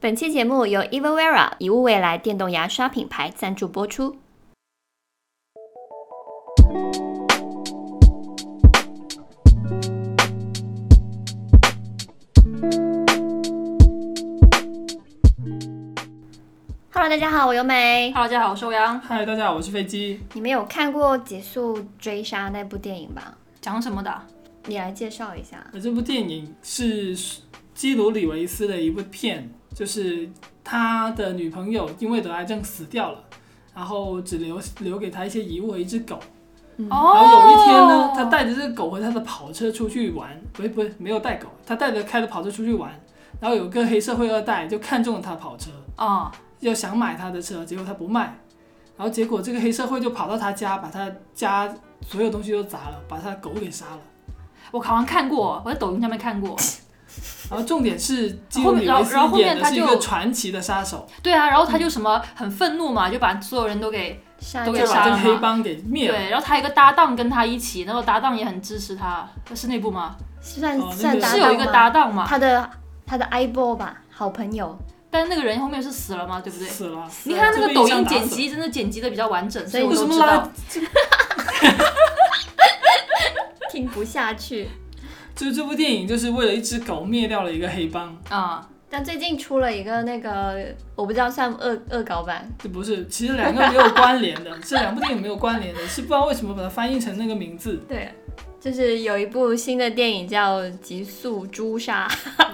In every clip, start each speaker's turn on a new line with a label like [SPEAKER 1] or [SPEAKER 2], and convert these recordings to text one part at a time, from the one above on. [SPEAKER 1] 本期节目由 Evovera 以物未来电动牙刷品牌赞助播出。Hello，大家好，我尤美。
[SPEAKER 2] Hello，大家好，我是欧阳。
[SPEAKER 3] 嗨，大家好，我是飞机。
[SPEAKER 1] 你们有看过《结束追杀》那部电影吧？
[SPEAKER 2] 讲什么的？
[SPEAKER 1] 你来介绍一下。
[SPEAKER 3] 呃，这部电影是基鲁里维斯的一部片，就是他的女朋友因为得癌症死掉了，然后只留留给他一些遗物和一只狗。
[SPEAKER 1] 嗯
[SPEAKER 2] 哦
[SPEAKER 3] 然后有一天呢，他带着这个狗和他的跑车出去玩，不是不是没有带狗，他带着开着跑车出去玩，然后有个黑社会二代就看中了他的跑车，
[SPEAKER 2] 哦，
[SPEAKER 3] 要想买他的车，结果他不卖，然后结果这个黑社会就跑到他家，把他家所有东西都砸了，把他的狗给杀了。
[SPEAKER 2] 我好像看过，我在抖音上面看 过。
[SPEAKER 3] 然后重点是基
[SPEAKER 2] 后
[SPEAKER 3] 努
[SPEAKER 2] 面
[SPEAKER 3] 里
[SPEAKER 2] 然后
[SPEAKER 3] 维斯
[SPEAKER 2] 然后后面
[SPEAKER 3] 演的
[SPEAKER 2] 他
[SPEAKER 3] 是一
[SPEAKER 2] 就
[SPEAKER 3] 个传奇的杀手，
[SPEAKER 2] 对啊，然后他就什么很愤怒嘛，就把所有人都给
[SPEAKER 1] 杀
[SPEAKER 2] 都
[SPEAKER 3] 就
[SPEAKER 2] 给
[SPEAKER 1] 掉
[SPEAKER 3] 把
[SPEAKER 2] 杀
[SPEAKER 3] 这
[SPEAKER 2] 了
[SPEAKER 3] 个
[SPEAKER 2] 嘛
[SPEAKER 3] 黑帮给灭了。
[SPEAKER 2] 对，然后他一个搭档跟他一起，然后搭档也很支持他，是那部吗？
[SPEAKER 1] 算、
[SPEAKER 3] 哦那
[SPEAKER 1] 算
[SPEAKER 3] 个
[SPEAKER 1] 搭
[SPEAKER 2] 是有一个
[SPEAKER 1] 档吗
[SPEAKER 2] 搭档嘛，
[SPEAKER 1] 他的他的 eyeball 吧，好朋友，
[SPEAKER 2] 但是那个人后面是死了嘛，对不对？
[SPEAKER 3] 死了。
[SPEAKER 2] 你看
[SPEAKER 3] 这
[SPEAKER 2] 那个
[SPEAKER 3] 被
[SPEAKER 2] 抖
[SPEAKER 3] 一枪
[SPEAKER 2] 音
[SPEAKER 3] 打
[SPEAKER 2] 剪
[SPEAKER 3] 死
[SPEAKER 2] 辑真的剪辑的比较完整，所以我
[SPEAKER 3] 为
[SPEAKER 2] 都
[SPEAKER 3] 什么
[SPEAKER 2] 知
[SPEAKER 3] 拉
[SPEAKER 2] 道。？
[SPEAKER 1] 听不下去。
[SPEAKER 3] 就是这部电影就是为了一只狗灭掉了一个黑帮，
[SPEAKER 2] 啊、
[SPEAKER 1] 但最近出了一个那个，我不知道算恶恶搞版，
[SPEAKER 3] 这不是，其实两个没有关联的，这两部电影没有关联的，是不知道为什么把它翻译成那个名 字，
[SPEAKER 1] 对，就是有一部新的电影叫《极速诛杀》，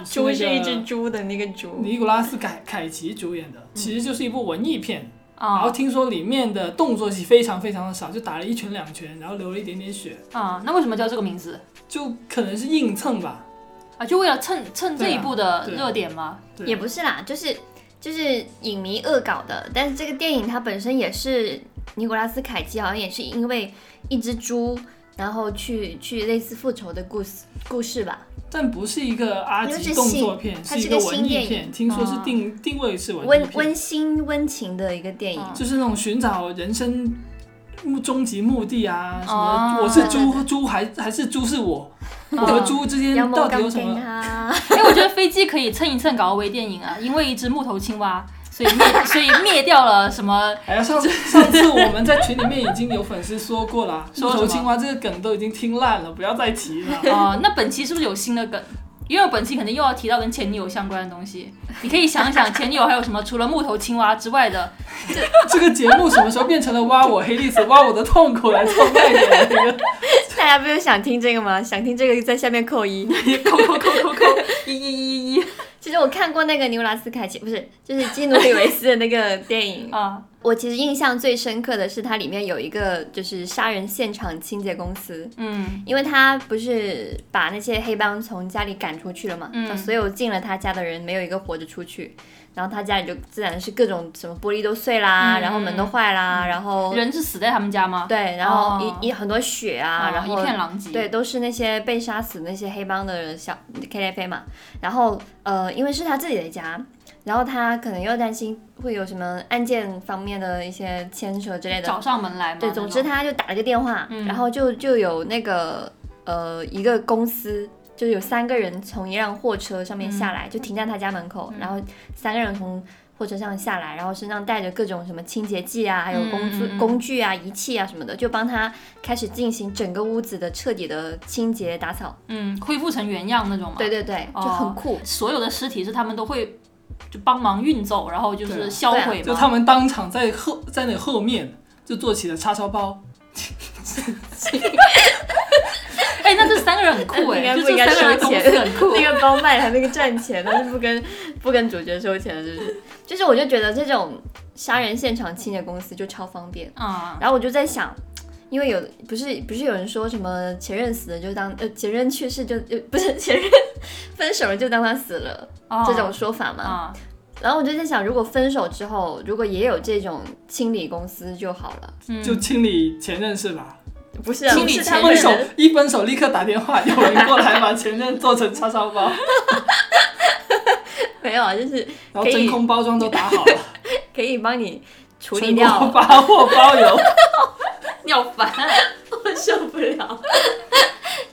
[SPEAKER 3] 是
[SPEAKER 1] 猪
[SPEAKER 3] 那
[SPEAKER 1] 是一只
[SPEAKER 3] 个
[SPEAKER 1] 猪的那个猪，
[SPEAKER 3] 尼古拉斯凯凯奇主演的，其实就是一部文艺片。然后
[SPEAKER 2] 啊
[SPEAKER 3] 听说里面的动作戏非常非常的少，就打了一拳两拳，然后流了一点点血，
[SPEAKER 2] 啊！那为什么叫这个名字
[SPEAKER 3] 就可能是硬蹭吧。
[SPEAKER 2] 啊？就为了蹭蹭这一部的
[SPEAKER 3] 对啊对
[SPEAKER 2] 热点吗？
[SPEAKER 3] 对
[SPEAKER 1] 也不是啦，就是就是影迷恶搞的。但是这个电影它本身也是尼古拉斯凯奇，好像也是因为一只猪，然后去去类似复仇的故事故事吧。
[SPEAKER 3] 但不是一个 R
[SPEAKER 1] 因为
[SPEAKER 3] 级
[SPEAKER 1] 是
[SPEAKER 3] 动
[SPEAKER 1] 新
[SPEAKER 3] 作片，
[SPEAKER 1] 它
[SPEAKER 3] 是
[SPEAKER 1] 是
[SPEAKER 3] 一
[SPEAKER 1] 个
[SPEAKER 3] 个
[SPEAKER 1] 新
[SPEAKER 3] 文
[SPEAKER 1] 电
[SPEAKER 3] 艺
[SPEAKER 1] 影哦
[SPEAKER 3] 片。听说是
[SPEAKER 2] 啊
[SPEAKER 3] 定定位是文艺
[SPEAKER 1] 温
[SPEAKER 3] 片，
[SPEAKER 1] 温馨温情的一个电影，
[SPEAKER 2] 嗯
[SPEAKER 3] 就是那种寻找人生目终极目的啊，什
[SPEAKER 2] 啊
[SPEAKER 3] 么我是
[SPEAKER 1] 哦对对哦
[SPEAKER 3] 猪，猪还还是猪是我，我
[SPEAKER 2] 啊
[SPEAKER 3] 和猪之间
[SPEAKER 1] 妖魔
[SPEAKER 3] 到底
[SPEAKER 1] 刚
[SPEAKER 3] 有
[SPEAKER 1] 啊
[SPEAKER 3] 什
[SPEAKER 1] 健
[SPEAKER 3] 么？
[SPEAKER 1] 他。
[SPEAKER 2] 哎，我觉得飞机可以蹭一蹭搞个微电影啊，因为一只木头青蛙，所以灭，所以灭掉了什么？
[SPEAKER 3] 哎呀，上次上次我们在群里面已经有粉丝说过了，
[SPEAKER 2] 说
[SPEAKER 3] 说
[SPEAKER 2] 什么
[SPEAKER 3] 头青蛙这个梗都已经听烂了，不要再提了。
[SPEAKER 2] 哦，那本期是不是有新的梗？因为我本期肯定又要提到跟前女友相关的东西，你可以想一想前女友还有什么除了木头青蛙之外的，
[SPEAKER 3] 这个节目什么时候变成了挖我黑历史、挖我的痛苦来做卖点的那个？
[SPEAKER 1] 大家不是想听这个吗？想听这个在下面扣一。
[SPEAKER 2] 扣扣扣扣扣，一一一一一
[SPEAKER 1] 其实我看过那个尼古拉斯凯奇，不是，就是基努里维斯的那个电影。
[SPEAKER 2] 啊！
[SPEAKER 1] 我其实印象最深刻的是它里面有一个就是杀人现场清洁公司，
[SPEAKER 2] 嗯，
[SPEAKER 1] 因为他不是把那些黑帮从家里赶出去了嘛，
[SPEAKER 2] 嗯
[SPEAKER 1] 所有进了他家的人没有一个活着出去。然后他家里就自然是各种什么玻璃都碎啦，
[SPEAKER 2] 嗯
[SPEAKER 1] 然后门都坏啦，然后
[SPEAKER 2] 人是死在他们家吗？
[SPEAKER 1] 对，然后一、
[SPEAKER 2] 哦
[SPEAKER 1] 一很多血啊，然后
[SPEAKER 2] 一片狼藉。
[SPEAKER 1] 对，，都是那些被杀死的那些黑帮的小 KTF 嘛。然后呃，因为是他自己的家，然后他可能又担心会有什么案件方面的一些牵扯之类的。
[SPEAKER 2] 找上门来嘛。
[SPEAKER 1] 对，
[SPEAKER 2] 那种
[SPEAKER 1] 总之他就打了个电话，
[SPEAKER 2] 嗯
[SPEAKER 1] 然后就就有那个呃一个公司。就有三个人从一辆货车上面下来，就停在他家门口，然后三个人从货车上下来，然后身上带着各种什么清洁剂啊，还有工具、
[SPEAKER 2] 嗯嗯嗯
[SPEAKER 1] 工具啊、仪器啊什么的，就帮他开始进行整个屋子的彻底的清洁打扫。哦
[SPEAKER 2] 嗯，恢复成原样那种嘛。
[SPEAKER 1] 对，对对，就很酷。
[SPEAKER 2] 所有的尸体是他们都会就帮忙运走，然后就
[SPEAKER 3] 对
[SPEAKER 2] 是
[SPEAKER 3] 啊
[SPEAKER 2] 销毁嘛。
[SPEAKER 3] 就他们当场在后在那后面就做起了叉烧包，
[SPEAKER 2] 哎、那这三个人很酷哎、
[SPEAKER 1] 应该
[SPEAKER 2] 就
[SPEAKER 1] 不
[SPEAKER 2] 这
[SPEAKER 1] 应该
[SPEAKER 2] 三个人
[SPEAKER 1] 收
[SPEAKER 2] 公
[SPEAKER 1] 钱
[SPEAKER 2] 司很 酷。
[SPEAKER 1] 那个包卖了，那个赚钱，但是不跟不跟主角收钱，就是就是，我就觉得这种杀人现场清洁公司就超方便。
[SPEAKER 2] 啊、
[SPEAKER 1] 然后我就在想，因为有不是不是有人说什么前任死了就当呃前任去世就就不是 前任分手了就当他死了、
[SPEAKER 2] 哦
[SPEAKER 1] 这种说法嘛。
[SPEAKER 2] 啊、
[SPEAKER 1] 然后我就在想，如果分手之后如果也有这种清理公司就好了，
[SPEAKER 2] 嗯
[SPEAKER 3] 就清理前任是吧？
[SPEAKER 1] 不是啊
[SPEAKER 2] 清理
[SPEAKER 1] 不是
[SPEAKER 2] 前
[SPEAKER 1] 他
[SPEAKER 2] 任
[SPEAKER 1] 们
[SPEAKER 3] 分手一分手立刻打电话，有人过来把前任做成叉烧包，
[SPEAKER 1] 没有啊，就是
[SPEAKER 3] 然后真空包装都打好了，
[SPEAKER 1] 可以帮你处理
[SPEAKER 3] 全国
[SPEAKER 1] 掉，
[SPEAKER 3] 发货包邮。
[SPEAKER 2] 要烦。
[SPEAKER 1] 我受不了，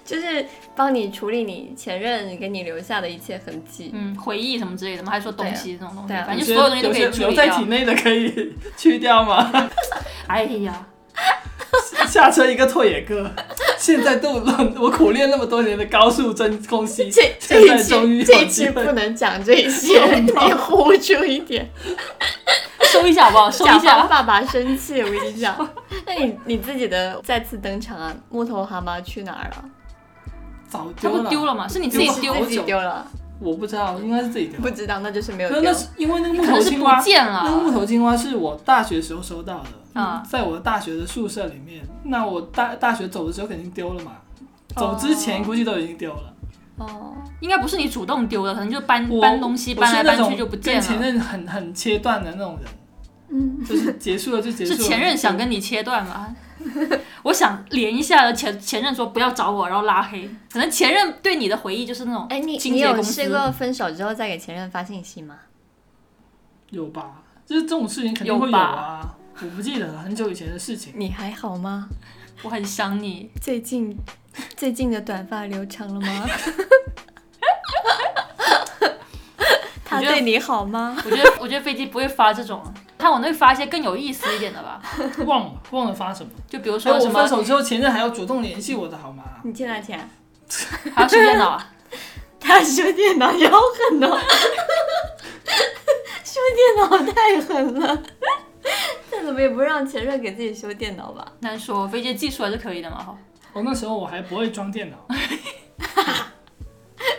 [SPEAKER 1] 就是帮你处理你前任给你留下的一切痕迹。
[SPEAKER 2] 嗯，回忆什么之类的嘛，还是说东西这种东西，
[SPEAKER 1] 对啊
[SPEAKER 2] 反正所有东西都可以
[SPEAKER 3] 有些
[SPEAKER 2] 处
[SPEAKER 3] 留
[SPEAKER 2] 理
[SPEAKER 3] 在
[SPEAKER 2] 掉
[SPEAKER 3] 体。内的可以去掉吗？
[SPEAKER 2] 哎呀，
[SPEAKER 3] 下车一个拓野哥，现在都我苦练那么多年的高速真空吸，
[SPEAKER 1] 这这
[SPEAKER 3] 现在
[SPEAKER 1] 一
[SPEAKER 3] 终于
[SPEAKER 1] 期
[SPEAKER 3] 有
[SPEAKER 1] 这一
[SPEAKER 3] 机
[SPEAKER 1] 期
[SPEAKER 3] 会
[SPEAKER 1] 不能讲这 些，你糊住一点。
[SPEAKER 2] 收一下好不好？收
[SPEAKER 1] 甲
[SPEAKER 2] 一
[SPEAKER 1] 方
[SPEAKER 2] 下。
[SPEAKER 1] 爸爸生气，我跟你 讲。那你你自己的再次登场啊，木头蛤蟆去哪儿了？
[SPEAKER 3] 早
[SPEAKER 2] 他
[SPEAKER 3] 丢
[SPEAKER 2] 不
[SPEAKER 3] 了，
[SPEAKER 2] 丢了吗？是你自己
[SPEAKER 3] 丢
[SPEAKER 2] 丢
[SPEAKER 3] 了，好
[SPEAKER 1] 自己
[SPEAKER 3] 久
[SPEAKER 1] 丢了，
[SPEAKER 3] 我不知道，应该是自己丢
[SPEAKER 1] 不
[SPEAKER 3] 的。
[SPEAKER 1] 知道，那就是没有
[SPEAKER 3] 那
[SPEAKER 1] 丢。
[SPEAKER 3] 那是因为那个木
[SPEAKER 2] 可
[SPEAKER 3] 头
[SPEAKER 2] 能是
[SPEAKER 3] 青
[SPEAKER 2] 不
[SPEAKER 3] 蛙，
[SPEAKER 2] 见
[SPEAKER 3] 那个木
[SPEAKER 2] 了。
[SPEAKER 3] 头青蛙是我大学时候收到的，
[SPEAKER 2] 啊，
[SPEAKER 3] 在我大学的宿舍里面。那我大大学走的时候肯定丢了嘛，走之
[SPEAKER 2] 哦
[SPEAKER 3] 前估计都已经丢了。
[SPEAKER 1] 哦，
[SPEAKER 2] 应该不是你主动丢的，可能就搬
[SPEAKER 3] 我
[SPEAKER 2] 嗯搬东西
[SPEAKER 3] 我
[SPEAKER 2] 搬
[SPEAKER 3] 是
[SPEAKER 2] 来
[SPEAKER 3] 那
[SPEAKER 2] 搬
[SPEAKER 3] 种
[SPEAKER 2] 去就不见
[SPEAKER 3] 跟前
[SPEAKER 2] 了。
[SPEAKER 3] 任很很切断的那种人，
[SPEAKER 1] 嗯，
[SPEAKER 3] 就是结束了就结 束
[SPEAKER 2] 是
[SPEAKER 3] 了。
[SPEAKER 2] 前任想跟你切断吗？ 我想连一下前前任说不要找我，然后拉黑。可能前任对你的回忆就是那种
[SPEAKER 1] 哎，你
[SPEAKER 2] 清
[SPEAKER 1] 你
[SPEAKER 2] 洁
[SPEAKER 1] 有
[SPEAKER 2] 公司
[SPEAKER 1] 试过分手之后再给前任发信息吗？
[SPEAKER 3] 有吧？就是这种事情肯定会有啊。我不记得了，很久以前的事情。
[SPEAKER 1] 你还好吗？
[SPEAKER 2] 我很想你，
[SPEAKER 1] 最近最近的短发留长了 吗？他对你好吗？
[SPEAKER 2] 我觉得我觉得飞机不会发这种，看我能发一些更有意思一点的吧。
[SPEAKER 3] 忘了忘了发什么。
[SPEAKER 2] 就比如
[SPEAKER 3] 所
[SPEAKER 2] 说
[SPEAKER 3] 以
[SPEAKER 2] 什
[SPEAKER 3] 我
[SPEAKER 2] 么
[SPEAKER 3] 分手之后，前任还要主动联系我的好吗？
[SPEAKER 1] 你欠他钱？
[SPEAKER 2] 还有手电脑啊，
[SPEAKER 1] 他修电脑也好狠 哦，修电脑太狠了。他怎么也不让前任给自己修电脑吧？
[SPEAKER 2] 难说飞机技术还是可以的嘛哈。
[SPEAKER 3] 我那时候我还不会 装电脑，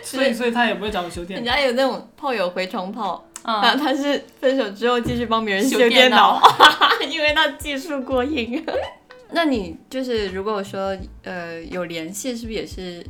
[SPEAKER 3] 所以所以他也不会找我修电
[SPEAKER 1] 人
[SPEAKER 3] 脑。
[SPEAKER 1] 家有那种炮友回床炮，然
[SPEAKER 2] 嗯，
[SPEAKER 1] 后他是分手之后继续帮别啊人修
[SPEAKER 2] 修
[SPEAKER 1] 电
[SPEAKER 2] 电
[SPEAKER 1] 脑
[SPEAKER 2] 脑，
[SPEAKER 1] 因为他技术过硬。 那你就是如果说呃有联系，是不是也是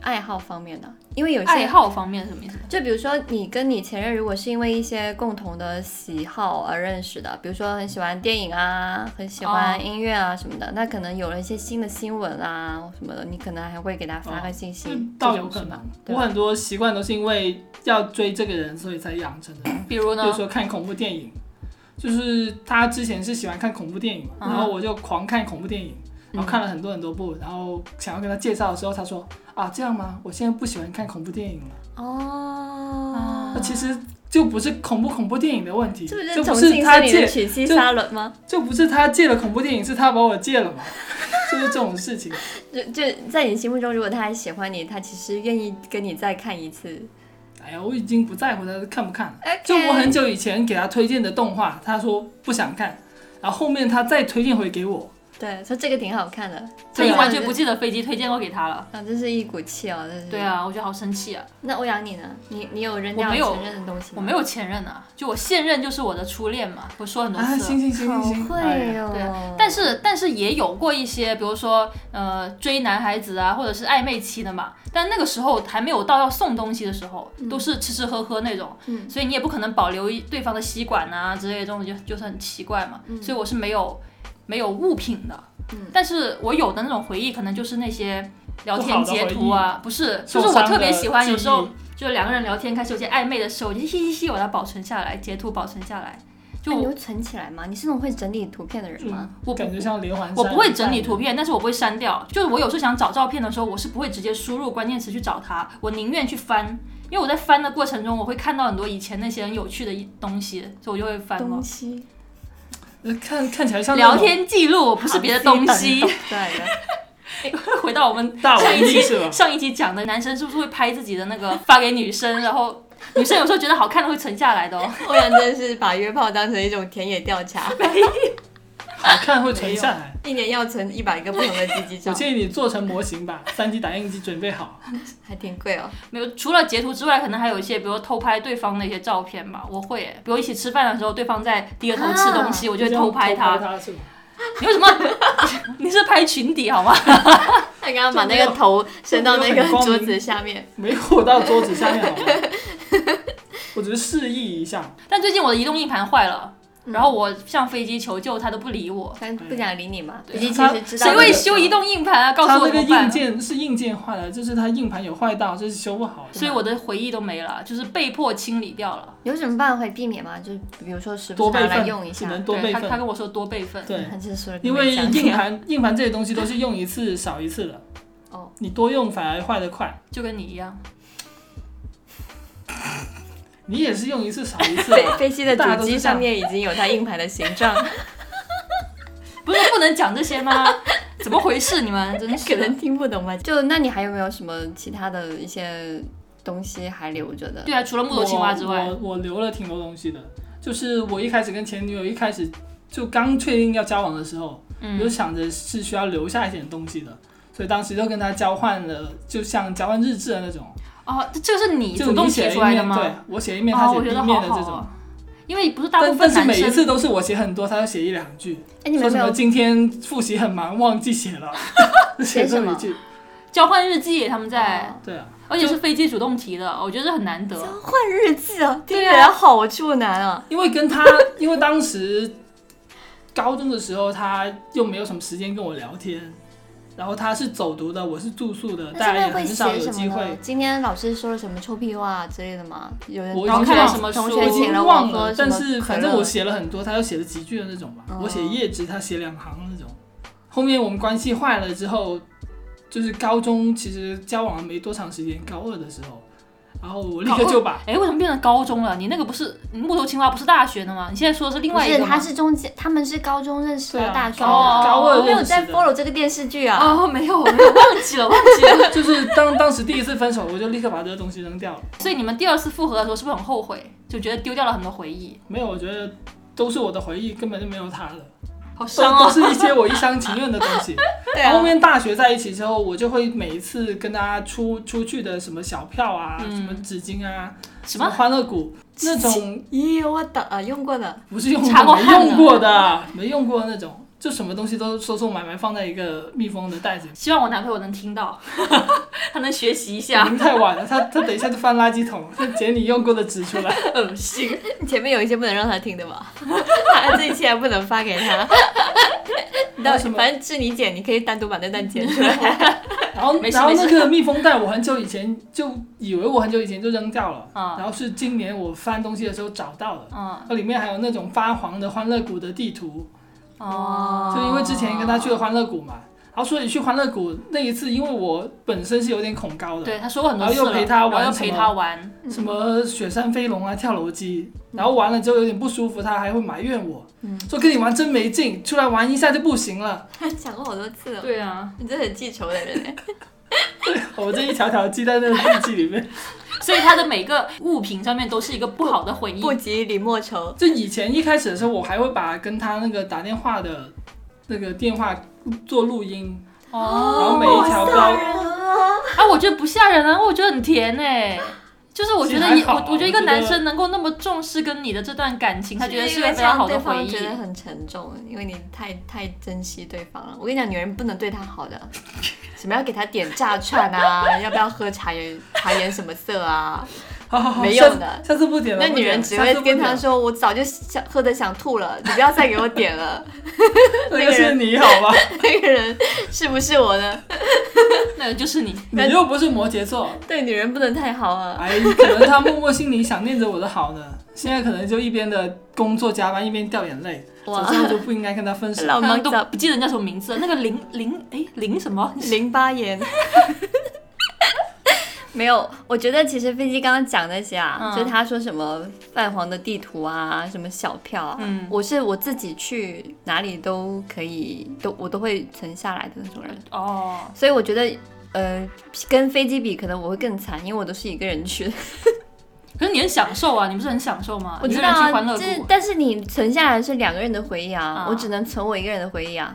[SPEAKER 1] 爱好方面的？因为有些
[SPEAKER 2] 爱好方面什么意思？
[SPEAKER 1] 就比如说，你跟你前任如果是因为一些共同的喜好而认识的，比如说很喜欢电影啊，很喜欢
[SPEAKER 2] 哦
[SPEAKER 1] 音乐啊什么的，那可能有了一些新的新闻啊什么的，你可能还会给他发个信息，
[SPEAKER 3] 这
[SPEAKER 1] 这
[SPEAKER 3] 哦嗯倒
[SPEAKER 1] 种
[SPEAKER 3] 有可
[SPEAKER 1] 是吧
[SPEAKER 3] 能，
[SPEAKER 1] 对
[SPEAKER 3] 我
[SPEAKER 1] 吧
[SPEAKER 3] 很多习惯都是因为要追这个人，所以才养成的。
[SPEAKER 2] 比如
[SPEAKER 3] 比如
[SPEAKER 2] 呢？
[SPEAKER 3] 说看恐怖电影，就是他之前是喜欢看恐怖电影嘛，
[SPEAKER 2] 嗯
[SPEAKER 3] 然后我就狂看恐怖电影，然后看了很多很多部，然后想要跟他介绍的时候，他说啊这样吗？我现在不喜欢看恐怖电影了。
[SPEAKER 1] 哦
[SPEAKER 3] 那、，其实就不是恐不恐怖电影的问题，
[SPEAKER 1] 这不
[SPEAKER 3] 啊就是
[SPEAKER 1] 重
[SPEAKER 3] 不
[SPEAKER 1] 庆
[SPEAKER 3] 是他
[SPEAKER 1] 森林的
[SPEAKER 3] 借，
[SPEAKER 1] 娶妻
[SPEAKER 3] 就
[SPEAKER 1] 沙伦吗？
[SPEAKER 3] 就不是他借了恐怖电影，是他把我借了嘛，就是这种事情。
[SPEAKER 1] 就就在你心目中，如果他还喜欢你，他其实愿意跟你再看一次。
[SPEAKER 3] 哎呀，我已经不在乎他看不看了。就我很久以前给他推荐的动画，他说不想看，然后后面他再推荐回给我，
[SPEAKER 1] 对，说这个挺好看的，
[SPEAKER 2] 他
[SPEAKER 1] 这
[SPEAKER 2] 已
[SPEAKER 1] 个
[SPEAKER 2] 经完全
[SPEAKER 1] 这
[SPEAKER 2] 不记得飞机推荐过给他了。
[SPEAKER 1] 啊，这是一股气哦，这是。
[SPEAKER 2] 对。啊，我觉得好生气啊！
[SPEAKER 1] 那欧阳你呢？你你有扔
[SPEAKER 2] 我
[SPEAKER 1] 掉
[SPEAKER 2] 没有
[SPEAKER 1] 前任的东西吗？
[SPEAKER 2] 我没有前任啊，就我现任就是我的初恋嘛，我说很多
[SPEAKER 3] 啊，
[SPEAKER 2] 次了。
[SPEAKER 3] 行行行行行，
[SPEAKER 1] 好
[SPEAKER 3] 哎
[SPEAKER 1] 会
[SPEAKER 3] 呀
[SPEAKER 1] 哦。
[SPEAKER 2] 对但是但是也有过一些，比如说呃追男孩子啊，或者是暧昧期的嘛。但那个时候还没有到要送东西的时候，
[SPEAKER 3] 嗯
[SPEAKER 2] 都是吃吃喝喝那种，
[SPEAKER 1] 嗯
[SPEAKER 2] 所以你也不可能保留一对方的吸管啊之类的这种，就就是很奇怪嘛。
[SPEAKER 3] 嗯
[SPEAKER 2] 所以我是没有没有物品的，
[SPEAKER 1] 嗯
[SPEAKER 2] 但是我有的那种回忆可能就是那些聊天截图啊，不是，就
[SPEAKER 3] 受
[SPEAKER 2] 是
[SPEAKER 3] 伤
[SPEAKER 2] 我
[SPEAKER 3] 的
[SPEAKER 2] 特别喜欢，
[SPEAKER 3] 记忆
[SPEAKER 2] 有时候就是两个人聊天开始有些暧昧的时候，我就嘻嘻嘻，我把它保存下来，截图保存下来。就
[SPEAKER 1] 那你会存起来吗？你是那种会整理图片的人吗？
[SPEAKER 2] 我
[SPEAKER 3] 感觉像连环杀人
[SPEAKER 2] 我不会整理图片，但是我不会删掉。就是我有时候想找照片的时候，我是不会直接输入关键词去找它，我宁愿去翻，因为我在翻的过程中，我会看到很多以前那些很有趣的东西，所以我就会翻嘛。
[SPEAKER 1] 西，
[SPEAKER 3] 呃看看起来像那
[SPEAKER 2] 聊
[SPEAKER 3] 种
[SPEAKER 2] 天记录不是别的东
[SPEAKER 1] 啊
[SPEAKER 2] 西。
[SPEAKER 1] 对的，
[SPEAKER 2] 回到我们
[SPEAKER 3] 大
[SPEAKER 2] 上
[SPEAKER 3] 文
[SPEAKER 2] 一
[SPEAKER 3] 艺
[SPEAKER 2] 期
[SPEAKER 3] 是吧？
[SPEAKER 2] 上一期讲的，男生是不是会拍自己的那个发给女生，然后女生有时候觉得好看的会存下来的哦。
[SPEAKER 1] 欧阳真的是把约炮当成一种田野调 查，
[SPEAKER 3] 好看会存下来。
[SPEAKER 1] 一年要存一百个不同的鸡鸡照，
[SPEAKER 3] 我建议你做成模型吧，3 D 打印机准备好。
[SPEAKER 1] 还挺贵哦。
[SPEAKER 2] 没有，除了截图之外，可能还有一些，比如偷拍对方的一些照片吧。我会耶，比如一起吃饭的时候，对方在低着头吃东西，我就会偷拍
[SPEAKER 3] 他，
[SPEAKER 2] 他。
[SPEAKER 3] 偷拍是吧？
[SPEAKER 2] 你为什么？ 你是拍群底好吗？
[SPEAKER 1] 他刚刚把那个头伸到那
[SPEAKER 3] 就没
[SPEAKER 1] 个
[SPEAKER 3] 有很光
[SPEAKER 1] 桌
[SPEAKER 3] 明
[SPEAKER 1] 子下 面，
[SPEAKER 3] 没有到桌子下面好吗？ 我只是示意一下，
[SPEAKER 2] 但最近我的移动硬盘坏了，
[SPEAKER 1] 嗯
[SPEAKER 2] 然后我向飞机求救，他都不理我。
[SPEAKER 1] 他不想理你嘛。
[SPEAKER 2] 对
[SPEAKER 1] 已经其
[SPEAKER 3] 他
[SPEAKER 1] 实知道
[SPEAKER 2] 谁
[SPEAKER 1] 这个
[SPEAKER 2] 会
[SPEAKER 1] 事
[SPEAKER 2] 修移动硬盘啊？告
[SPEAKER 3] 他
[SPEAKER 2] 诉我
[SPEAKER 3] 那
[SPEAKER 2] 怎
[SPEAKER 3] 个
[SPEAKER 2] 么办
[SPEAKER 3] 硬
[SPEAKER 2] 啊？
[SPEAKER 3] 件是硬件坏了，就是他硬盘有坏到，就是修不好。
[SPEAKER 2] 所以我的回忆都没了，就是被迫清理掉了。
[SPEAKER 1] 有什么办法会避免吗？就比如说时不
[SPEAKER 3] 多
[SPEAKER 1] 时拿
[SPEAKER 3] 备
[SPEAKER 1] 来
[SPEAKER 3] 份
[SPEAKER 1] 用一
[SPEAKER 3] 只
[SPEAKER 1] 下。
[SPEAKER 3] 能多
[SPEAKER 2] 对
[SPEAKER 3] 备
[SPEAKER 2] 他，他
[SPEAKER 3] 份。
[SPEAKER 2] 跟我说多备份。
[SPEAKER 3] 对，
[SPEAKER 1] 他就是说
[SPEAKER 3] 因为硬盘硬盘这些东西都是用一次少一次的，
[SPEAKER 1] 哦，
[SPEAKER 3] 你多用反而坏得快，
[SPEAKER 2] 就跟你一样，
[SPEAKER 3] 你也是用一次少一次
[SPEAKER 1] 飞
[SPEAKER 3] 啊。
[SPEAKER 1] 飞机的
[SPEAKER 3] 大家
[SPEAKER 1] 主
[SPEAKER 3] 都是
[SPEAKER 1] 机
[SPEAKER 3] 这样
[SPEAKER 1] 上面已经有它硬盘的形 状，
[SPEAKER 2] 不是不能讲这些 吗？怎么回事？你们真
[SPEAKER 1] 可
[SPEAKER 2] 是的
[SPEAKER 1] 能。听不懂吧？就那你还有没有什么其他的一些东西还留着的？
[SPEAKER 2] 对啊，除了木头青蛙之外
[SPEAKER 3] 我，我我留了挺多东西的。就是我一开始跟前女友一开始就刚确定要交往的时候，有
[SPEAKER 2] 嗯，
[SPEAKER 3] 想着是需要留下一点东西的，所以当时就跟她交换了，就像交换日志的那种，
[SPEAKER 2] 哦，这这是你
[SPEAKER 3] 就
[SPEAKER 2] 主动
[SPEAKER 3] 写
[SPEAKER 2] 提
[SPEAKER 3] 了一
[SPEAKER 2] 出来的
[SPEAKER 3] 面，
[SPEAKER 2] 吗？
[SPEAKER 3] 对我写一面，她
[SPEAKER 2] 哦，
[SPEAKER 3] 写
[SPEAKER 2] 我觉
[SPEAKER 3] 一
[SPEAKER 2] 得
[SPEAKER 3] 面
[SPEAKER 2] 好
[SPEAKER 3] 的
[SPEAKER 2] 好
[SPEAKER 3] 这种。
[SPEAKER 2] 哦，因为不是大部
[SPEAKER 3] 但
[SPEAKER 2] 分
[SPEAKER 3] 但是
[SPEAKER 2] 男
[SPEAKER 3] 每一
[SPEAKER 2] 生
[SPEAKER 3] 次都是我写很多，她就写一两句，
[SPEAKER 1] 哎，你
[SPEAKER 3] 说
[SPEAKER 1] 们
[SPEAKER 3] 什
[SPEAKER 1] 没
[SPEAKER 3] 么
[SPEAKER 1] 有
[SPEAKER 3] 今天复习很忙，忘记写 了，写这么一句。
[SPEAKER 2] 交换日记，他们在，
[SPEAKER 1] 哦
[SPEAKER 3] 对啊，
[SPEAKER 2] 而且是飞机主动提的，我觉得这很难
[SPEAKER 1] 交
[SPEAKER 2] 得。
[SPEAKER 1] 换日记啊，听起
[SPEAKER 2] 对啊
[SPEAKER 1] 来好处男啊。
[SPEAKER 3] 因为跟她， 因为当时高中的时候，她又没有什么时间跟我聊天，然后她是走读的，我是住宿的，
[SPEAKER 1] 那
[SPEAKER 3] 大
[SPEAKER 1] 上
[SPEAKER 3] 家也
[SPEAKER 1] 面会
[SPEAKER 3] 很少
[SPEAKER 1] 写
[SPEAKER 3] 有
[SPEAKER 1] 什
[SPEAKER 3] 机
[SPEAKER 1] 么
[SPEAKER 3] 会
[SPEAKER 1] 呢。？今天老师说了什么臭屁话之类的吗？有人
[SPEAKER 3] 我
[SPEAKER 2] 然后
[SPEAKER 3] 已
[SPEAKER 2] 看了
[SPEAKER 3] 经忘
[SPEAKER 2] 什么书
[SPEAKER 1] 同，
[SPEAKER 3] 我
[SPEAKER 1] 学
[SPEAKER 3] 已经
[SPEAKER 1] 请了
[SPEAKER 3] 忘
[SPEAKER 1] 喝
[SPEAKER 3] 了，
[SPEAKER 1] 什
[SPEAKER 3] 但
[SPEAKER 1] 么
[SPEAKER 3] 是
[SPEAKER 1] 可
[SPEAKER 3] 反正
[SPEAKER 1] 乐
[SPEAKER 3] 我写了很多，她就写了几句的那种吧。
[SPEAKER 1] 哦
[SPEAKER 3] 我写页纸，她写两行那种。后面我们关系坏了之后，就是高中其实交往了没多长时间，高二的时候，然后我立刻
[SPEAKER 2] 高二
[SPEAKER 3] 就把
[SPEAKER 2] 哎，为什么变成高中了？你那个不是你木头青蛙不是大学的吗？你现在说的是另
[SPEAKER 1] 不
[SPEAKER 2] 外一
[SPEAKER 1] 是，
[SPEAKER 2] 个
[SPEAKER 1] 他
[SPEAKER 2] 吗？
[SPEAKER 1] 是中间，他们是高中认识
[SPEAKER 3] 对
[SPEAKER 1] 的
[SPEAKER 3] 啊
[SPEAKER 1] 大学的，
[SPEAKER 2] 高高二
[SPEAKER 1] 我没有
[SPEAKER 3] 认识
[SPEAKER 1] 在
[SPEAKER 3] 的
[SPEAKER 1] follow 这个电视剧啊。
[SPEAKER 2] 哦，没有，没有，忘记了，忘记了。
[SPEAKER 3] 就是当当时第一次分手，我就立刻把这个东西扔掉了。
[SPEAKER 2] 所以你们第二次复合的时候，是不是很后悔？就觉得丢掉了很多回忆，
[SPEAKER 3] 没有，我觉得都是我的回忆，根本就没有他的，
[SPEAKER 2] 好
[SPEAKER 3] 都
[SPEAKER 2] 伤
[SPEAKER 3] 都
[SPEAKER 2] 哦。啊
[SPEAKER 3] 是一些我一厢情愿的东 西。
[SPEAKER 1] 对啊
[SPEAKER 3] 然后后面大学在一起之后，我就会每一次跟他出出去的什么小票啊，
[SPEAKER 2] 嗯
[SPEAKER 3] 什么纸巾啊，
[SPEAKER 2] 什么
[SPEAKER 3] 欢乐谷那种，
[SPEAKER 1] 咦，我的啊，用过的，
[SPEAKER 3] 不是用
[SPEAKER 2] 查过
[SPEAKER 3] 过没
[SPEAKER 2] 汗的
[SPEAKER 3] 用过的，没用过那种，就什么东西都收收埋埋放在一个密封的袋子里。
[SPEAKER 2] 希望我男朋友能听到， 他能学习一
[SPEAKER 3] 已
[SPEAKER 2] 下。
[SPEAKER 3] 经太晚了，他他等一下就翻垃圾桶， 他捡你用过的纸出来。
[SPEAKER 2] 恶心。
[SPEAKER 1] 前面有一些不能让他听的吧？ 他这一期还不能发给 他。你到
[SPEAKER 3] 为什么
[SPEAKER 1] 反正是你剪，你可以单独把那段剪出 来。
[SPEAKER 3] 然后，
[SPEAKER 2] 没事
[SPEAKER 3] 然后
[SPEAKER 2] 没事
[SPEAKER 3] 那个密封袋，我很久以前就以为我很久以前就扔掉了，
[SPEAKER 2] 嗯
[SPEAKER 3] 然后是今年我翻东西的时候找到的，
[SPEAKER 2] 嗯
[SPEAKER 3] 它里面还有那种发黄的欢乐谷的地图，
[SPEAKER 2] 哦，
[SPEAKER 3] 就因为之前跟他去了欢乐谷嘛，然后所以去欢乐谷那一次，因为我本身是有点恐高的，
[SPEAKER 2] 对他说过很多次
[SPEAKER 3] 然后
[SPEAKER 2] 了，
[SPEAKER 3] 又陪他玩
[SPEAKER 2] 然后又陪
[SPEAKER 3] 什么
[SPEAKER 2] 他玩，
[SPEAKER 3] 什么雪山飞龙啊、跳楼机，然后玩了之后有点不舒服，他还会埋怨我，
[SPEAKER 1] 嗯
[SPEAKER 3] 说跟你玩真没劲，出来玩一下就不行了。
[SPEAKER 1] 他讲过好多次哦，
[SPEAKER 2] 对啊，
[SPEAKER 1] 你真的很记仇的人哎。
[SPEAKER 3] 我这一条条记在那个日记里面。
[SPEAKER 2] 所以他的每个物品上面都是一个不好的回忆。
[SPEAKER 1] 不及李莫愁，
[SPEAKER 3] 就以前一开始的时候，我还会把跟他那个打电话的那个电话做录音，
[SPEAKER 2] 哦，
[SPEAKER 3] 然后每一条标，
[SPEAKER 2] 啊，我觉得不吓人啊，我觉得很甜哎、就是我觉得一
[SPEAKER 3] 其实还好
[SPEAKER 2] 我
[SPEAKER 3] 啊
[SPEAKER 2] 我觉得一个
[SPEAKER 3] 我觉得
[SPEAKER 2] 男生能够那么重视跟你的这段感情，他觉得是
[SPEAKER 1] 是
[SPEAKER 2] 一个
[SPEAKER 1] 因为
[SPEAKER 2] 非
[SPEAKER 1] 这
[SPEAKER 2] 常
[SPEAKER 1] 样
[SPEAKER 2] 好
[SPEAKER 1] 对
[SPEAKER 2] 的回
[SPEAKER 1] 方
[SPEAKER 2] 忆
[SPEAKER 1] 觉。得很沉重，因为你太太珍惜对方了。我跟你讲，女人不能对他好的， 什么要给他点炸串啊， 要不要喝茶颜茶颜什么色啊？
[SPEAKER 3] 好好好，
[SPEAKER 1] 没
[SPEAKER 3] 下
[SPEAKER 1] 用
[SPEAKER 3] 次
[SPEAKER 1] 的
[SPEAKER 3] 下次不点了。
[SPEAKER 1] 那女人只会跟他说：“我早就想喝的想吐了，你不要再给我点了。
[SPEAKER 3] 不点了：“那个是你好 吧？”
[SPEAKER 1] 那个人是不是我的？
[SPEAKER 2] 那个就是你，
[SPEAKER 3] 你又不是摩羯座，
[SPEAKER 1] 对女人不能太好啊。
[SPEAKER 3] 哎，可能他默默心里想念着我的好呢。现在可能就一边的工作加班，一边掉眼泪。
[SPEAKER 1] 哇
[SPEAKER 3] 早知道就不应该跟他分手。
[SPEAKER 1] 老
[SPEAKER 2] 他
[SPEAKER 1] 毛
[SPEAKER 2] 都
[SPEAKER 1] 早
[SPEAKER 2] 不记得人家什么名字了。那个林林哎林什 么？
[SPEAKER 1] 淋巴炎。没有，我觉得其实飞机刚刚讲那些啊，
[SPEAKER 2] 嗯
[SPEAKER 1] 就他说什么泛黄的地图啊，什么小票啊，
[SPEAKER 2] 嗯
[SPEAKER 1] 我是我自己去哪里都可以，都我都会存下来的那种人，
[SPEAKER 2] 哦，
[SPEAKER 1] 所以我觉得。呃，跟飞机比，可能我会更惨，因为我都是一个人去的。
[SPEAKER 2] 可是你很享受啊，你不是很享受吗？
[SPEAKER 1] 我
[SPEAKER 2] 一
[SPEAKER 1] 知
[SPEAKER 2] 个
[SPEAKER 1] 道
[SPEAKER 2] 人去欢
[SPEAKER 1] 啊，
[SPEAKER 2] 乐
[SPEAKER 1] 就是
[SPEAKER 2] 谷，
[SPEAKER 1] 但是你存下来是两个人的回忆啊，
[SPEAKER 2] 啊
[SPEAKER 1] 我只能存我一个人的回忆啊。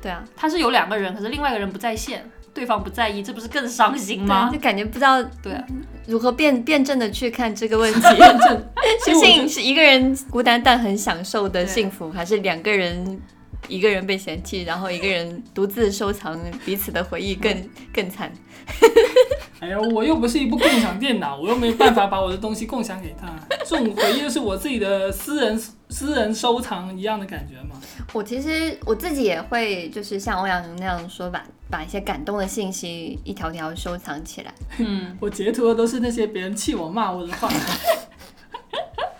[SPEAKER 1] 对啊，
[SPEAKER 2] 他是有两个人，可是另外一个人不在线，对方不在意，这不是更伤心
[SPEAKER 1] 对啊，
[SPEAKER 2] 吗？
[SPEAKER 1] 就感觉不知道
[SPEAKER 2] 对啊，
[SPEAKER 1] 如何辩辩证的去看这个 问题。究
[SPEAKER 3] 其实我
[SPEAKER 1] 竟是一个人孤单但很享受的幸福，还是两个人一个人被嫌弃，然后一个人独自收藏彼此的回忆更更惨？
[SPEAKER 3] 哎呀，我又不是一部共享电脑，我又没有办法把我的东西共享给他。这种回忆就是我自己的私人私人收藏一样的感觉嘛。
[SPEAKER 1] 我其实我自己也会，就是像欧阳那样说，把把一些感动的信息一条条收藏起来。
[SPEAKER 2] 嗯，
[SPEAKER 3] 我截图的都是那些别人气我骂我的话。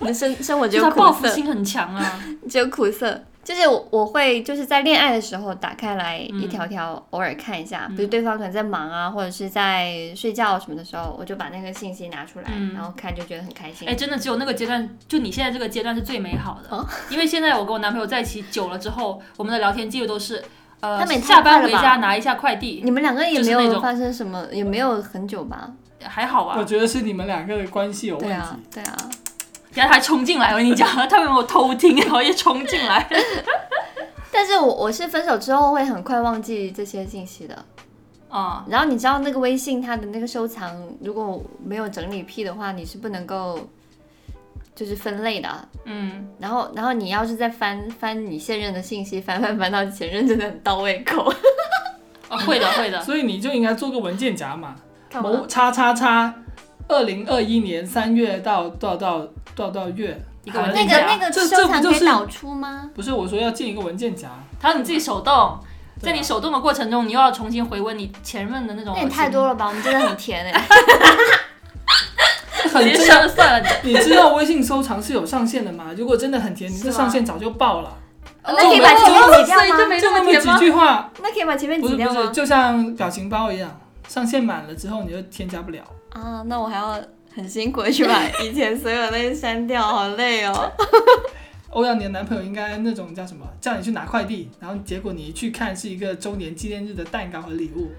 [SPEAKER 1] 你的生生活只
[SPEAKER 2] 就是
[SPEAKER 1] 有
[SPEAKER 2] 他报
[SPEAKER 1] 苦
[SPEAKER 2] 复
[SPEAKER 1] 涩，
[SPEAKER 2] 心很强啊。
[SPEAKER 1] 只有苦涩。就是我我会就是在恋爱的时候打开来一条
[SPEAKER 2] 嗯
[SPEAKER 1] 条，偶尔看一下，比如对方可能在忙啊，或者是在睡觉什么的时候，我就把那个信息拿出来，
[SPEAKER 2] 嗯
[SPEAKER 1] 然后看就觉得很开心。
[SPEAKER 2] 哎，真的只有那个阶段，就你现在这个阶段是最美好的，
[SPEAKER 1] 哦
[SPEAKER 2] 因为现在我跟我男朋友在一起久了之后，我们的聊天记录都是，呃
[SPEAKER 1] 他们，也太
[SPEAKER 2] 下班
[SPEAKER 1] 快了
[SPEAKER 2] 回
[SPEAKER 1] 吧
[SPEAKER 2] 家拿一下快递，
[SPEAKER 1] 你们两个也没
[SPEAKER 2] 就是那种
[SPEAKER 1] 有发生什么，也没有很久吧？
[SPEAKER 2] 还好
[SPEAKER 3] 我
[SPEAKER 2] 啊。
[SPEAKER 3] 觉得是你们两个的关系有问
[SPEAKER 1] 对
[SPEAKER 3] 题。
[SPEAKER 1] 啊，对啊。
[SPEAKER 2] 然后他还冲进来，我跟你讲，他们有没有偷听，然后也冲进来。
[SPEAKER 1] 但是我我是分手之后会很快忘记这些信息的。
[SPEAKER 2] 啊、
[SPEAKER 1] 然后你知道那个微信它的那个收藏，如果没有整理癖的话，你是不能够就是分类的。啊
[SPEAKER 2] 嗯，
[SPEAKER 1] 然后，然后你要是再翻翻你现任的信息，翻翻翻到前任，真的很到胃 口。
[SPEAKER 2] 啊会的，会 的。
[SPEAKER 3] 所以你就应该做个文件夹嘛，
[SPEAKER 1] 干嘛
[SPEAKER 3] 某叉叉叉，二零二一年三月到到到到到月，
[SPEAKER 2] 一个文
[SPEAKER 3] 还
[SPEAKER 2] 件
[SPEAKER 1] 那
[SPEAKER 2] 夹
[SPEAKER 1] 个啊那个
[SPEAKER 3] 这
[SPEAKER 1] 收
[SPEAKER 3] 这
[SPEAKER 1] 藏
[SPEAKER 3] 不就
[SPEAKER 1] 可以
[SPEAKER 3] 是
[SPEAKER 1] 导出吗？
[SPEAKER 3] 不是我说要建一个文件夹，
[SPEAKER 2] 他说你自己手动，
[SPEAKER 3] 对
[SPEAKER 2] 在
[SPEAKER 3] 啊
[SPEAKER 2] 你手动的过程中，你又要重新回温你前任的那种。
[SPEAKER 1] 那也太多了吧，哦我们真的很甜哎、
[SPEAKER 2] 直
[SPEAKER 3] 很
[SPEAKER 2] 接
[SPEAKER 3] 真
[SPEAKER 2] 删了 算了。
[SPEAKER 3] 你知道微信收藏是有上限的吗？如果真的很甜，你
[SPEAKER 1] 是
[SPEAKER 3] 这
[SPEAKER 1] 吗
[SPEAKER 3] 上限早就爆了。
[SPEAKER 1] 哦那可以把前面挤掉
[SPEAKER 2] 就
[SPEAKER 1] 吗？
[SPEAKER 2] 没
[SPEAKER 3] 就
[SPEAKER 2] 这
[SPEAKER 3] 那
[SPEAKER 2] 么
[SPEAKER 3] 么
[SPEAKER 2] 甜
[SPEAKER 3] 几
[SPEAKER 2] 吗？
[SPEAKER 3] 句话，
[SPEAKER 1] 那可以把前面
[SPEAKER 3] 不是
[SPEAKER 1] 挤掉
[SPEAKER 3] 不是，
[SPEAKER 1] 吗？
[SPEAKER 3] 就像表情包一样，上限满了之后你就添加不了。
[SPEAKER 1] 啊，那我还要很辛苦地去把以前所有那些删掉，好累 哦。
[SPEAKER 3] 欧阳，你的男朋友应该那种叫什么？叫你去拿快递，然后结果你一去看是一个周年纪念日的蛋糕和礼物，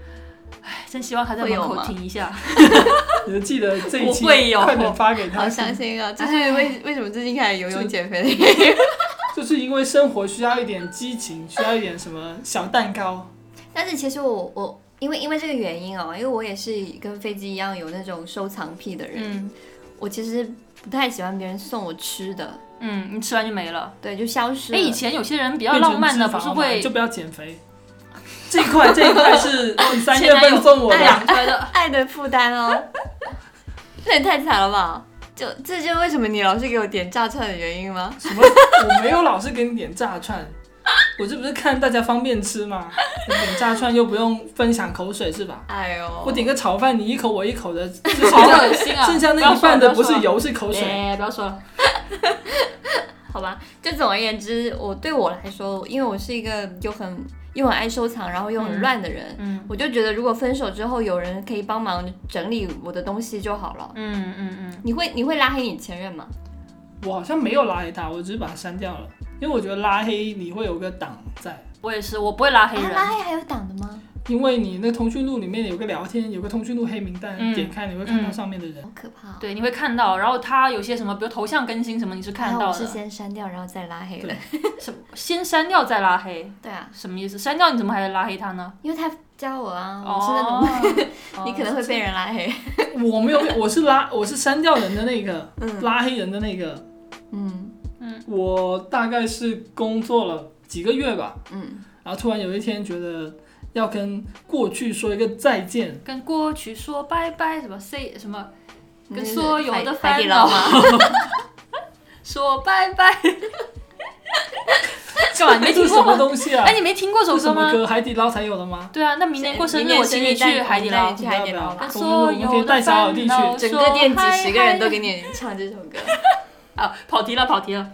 [SPEAKER 2] 哎真希望他在门
[SPEAKER 1] 会有
[SPEAKER 2] 口
[SPEAKER 1] 吗
[SPEAKER 2] 停一下。
[SPEAKER 3] 你就记得这一期
[SPEAKER 2] 不会有
[SPEAKER 3] 快点发给他。
[SPEAKER 1] 心啊！这是为为什么最近开始游
[SPEAKER 3] 泳
[SPEAKER 1] 减肥的原因。
[SPEAKER 3] 就是因为生活需要一点激情，需要一点什么小蛋糕。
[SPEAKER 1] 但是其实我我因为因为这个原因哦，因为我也是跟飞机一样有那种收藏癖的人，
[SPEAKER 2] 嗯
[SPEAKER 1] 我其实不太喜欢别人送我吃的，
[SPEAKER 2] 嗯，你吃完就没了。
[SPEAKER 1] 对，就消失
[SPEAKER 2] 哎，
[SPEAKER 1] 了。
[SPEAKER 2] 以前有些人比较浪漫的，
[SPEAKER 3] 变
[SPEAKER 2] 不
[SPEAKER 3] 成脂
[SPEAKER 2] 是
[SPEAKER 3] 肪
[SPEAKER 2] 会
[SPEAKER 3] 嘛就不要减肥。这一块这一块 是三月份送我
[SPEAKER 1] 前男友
[SPEAKER 3] 的，
[SPEAKER 2] 养出来的。
[SPEAKER 1] 爱的负担 哦，这也太惨了吧！就这就是为什么你老是给我点炸串的原因吗？
[SPEAKER 3] 什么？我没有老是给你点炸串，我这不是看大家方便吃吗？你点炸串又不用分享口水是吧？
[SPEAKER 1] 哎呦，
[SPEAKER 3] 我点个炒饭，你一口我一口的，就剩
[SPEAKER 2] 好
[SPEAKER 3] 下
[SPEAKER 2] 恶心啊！
[SPEAKER 3] 剩下
[SPEAKER 2] 要
[SPEAKER 3] 那一
[SPEAKER 2] 说了
[SPEAKER 3] 半的不
[SPEAKER 2] 要
[SPEAKER 3] 是
[SPEAKER 2] 说了
[SPEAKER 3] 油是口水。
[SPEAKER 2] 哎，不要说了。
[SPEAKER 1] 好吧，就总而言之，我对我来说，因为我是一个又很又很爱收藏，然后又很乱的人，
[SPEAKER 2] 嗯
[SPEAKER 1] 我就觉得如果分手之后有人可以帮忙整理我的东西就好了。
[SPEAKER 2] 嗯嗯嗯，
[SPEAKER 1] 你会你会拉黑你前任吗？
[SPEAKER 3] 我好像没有拉黑他，我只是把他删掉了，因为我觉得拉黑你会有个档在，
[SPEAKER 2] 我也是，我不会拉黑
[SPEAKER 1] 啊
[SPEAKER 2] 人。
[SPEAKER 1] 拉黑还有档的吗？
[SPEAKER 3] 因为你那通讯录里面有个聊天，有个通讯录黑名单，
[SPEAKER 2] 嗯
[SPEAKER 3] 点开你会看到
[SPEAKER 2] 嗯
[SPEAKER 3] 上面的人。
[SPEAKER 1] 好可怕、哦！
[SPEAKER 2] 对，你会看到，然后他有些什么，比如头像更新什么，你是看
[SPEAKER 1] 然
[SPEAKER 2] 到
[SPEAKER 1] 啊后我是
[SPEAKER 2] 的。
[SPEAKER 1] 先删掉，然后再拉黑的
[SPEAKER 3] 对。
[SPEAKER 2] 什么先删掉再拉黑，
[SPEAKER 1] 对啊，
[SPEAKER 2] 什么意思？删掉你怎么还拉黑他呢？
[SPEAKER 1] 因为他加我啊，我是那种、
[SPEAKER 2] 哦，
[SPEAKER 1] 你可能会被人拉黑。
[SPEAKER 3] 我没有，我是拉，我是删掉人的那个，
[SPEAKER 1] 嗯
[SPEAKER 3] 拉黑人的那个。
[SPEAKER 1] 嗯
[SPEAKER 3] 我大概是工作了几个月吧，
[SPEAKER 1] 嗯，
[SPEAKER 3] 然后突然有一天觉得要跟过去说一个 再见，
[SPEAKER 2] 跟过去说拜拜，什么 say 什么，
[SPEAKER 1] 你
[SPEAKER 2] 跟
[SPEAKER 1] 是
[SPEAKER 2] 所有
[SPEAKER 1] 海
[SPEAKER 2] 的
[SPEAKER 1] 海
[SPEAKER 2] 烦
[SPEAKER 1] 底
[SPEAKER 2] 恼
[SPEAKER 1] 捞吗？
[SPEAKER 2] 说拜拜。干嘛？你没
[SPEAKER 3] 这
[SPEAKER 2] 听
[SPEAKER 3] 是
[SPEAKER 2] 过
[SPEAKER 3] 什么
[SPEAKER 2] 吗？
[SPEAKER 3] 东西啊？
[SPEAKER 2] 哎，你没听过这
[SPEAKER 3] 这
[SPEAKER 2] 首
[SPEAKER 3] 是什
[SPEAKER 2] 歌
[SPEAKER 3] 么
[SPEAKER 2] 吗？
[SPEAKER 3] 歌？海底捞才有的吗？
[SPEAKER 2] 对啊，那明年过生
[SPEAKER 1] 明
[SPEAKER 2] 日
[SPEAKER 1] 年
[SPEAKER 2] 我请你
[SPEAKER 1] 生日
[SPEAKER 2] 去
[SPEAKER 1] 蛋
[SPEAKER 2] 海底
[SPEAKER 1] 我们
[SPEAKER 2] 捞
[SPEAKER 1] 带你。去海底捞吧
[SPEAKER 2] 跟
[SPEAKER 3] 不要不要
[SPEAKER 2] 所
[SPEAKER 3] 我们可
[SPEAKER 2] 有
[SPEAKER 3] 以带
[SPEAKER 2] 的
[SPEAKER 3] 小老弟
[SPEAKER 2] 烦
[SPEAKER 3] 去
[SPEAKER 2] 恼，
[SPEAKER 1] 整个店几十个人都
[SPEAKER 2] 给
[SPEAKER 1] 给你唱这首歌。
[SPEAKER 2] 啊，跑题了，跑题了。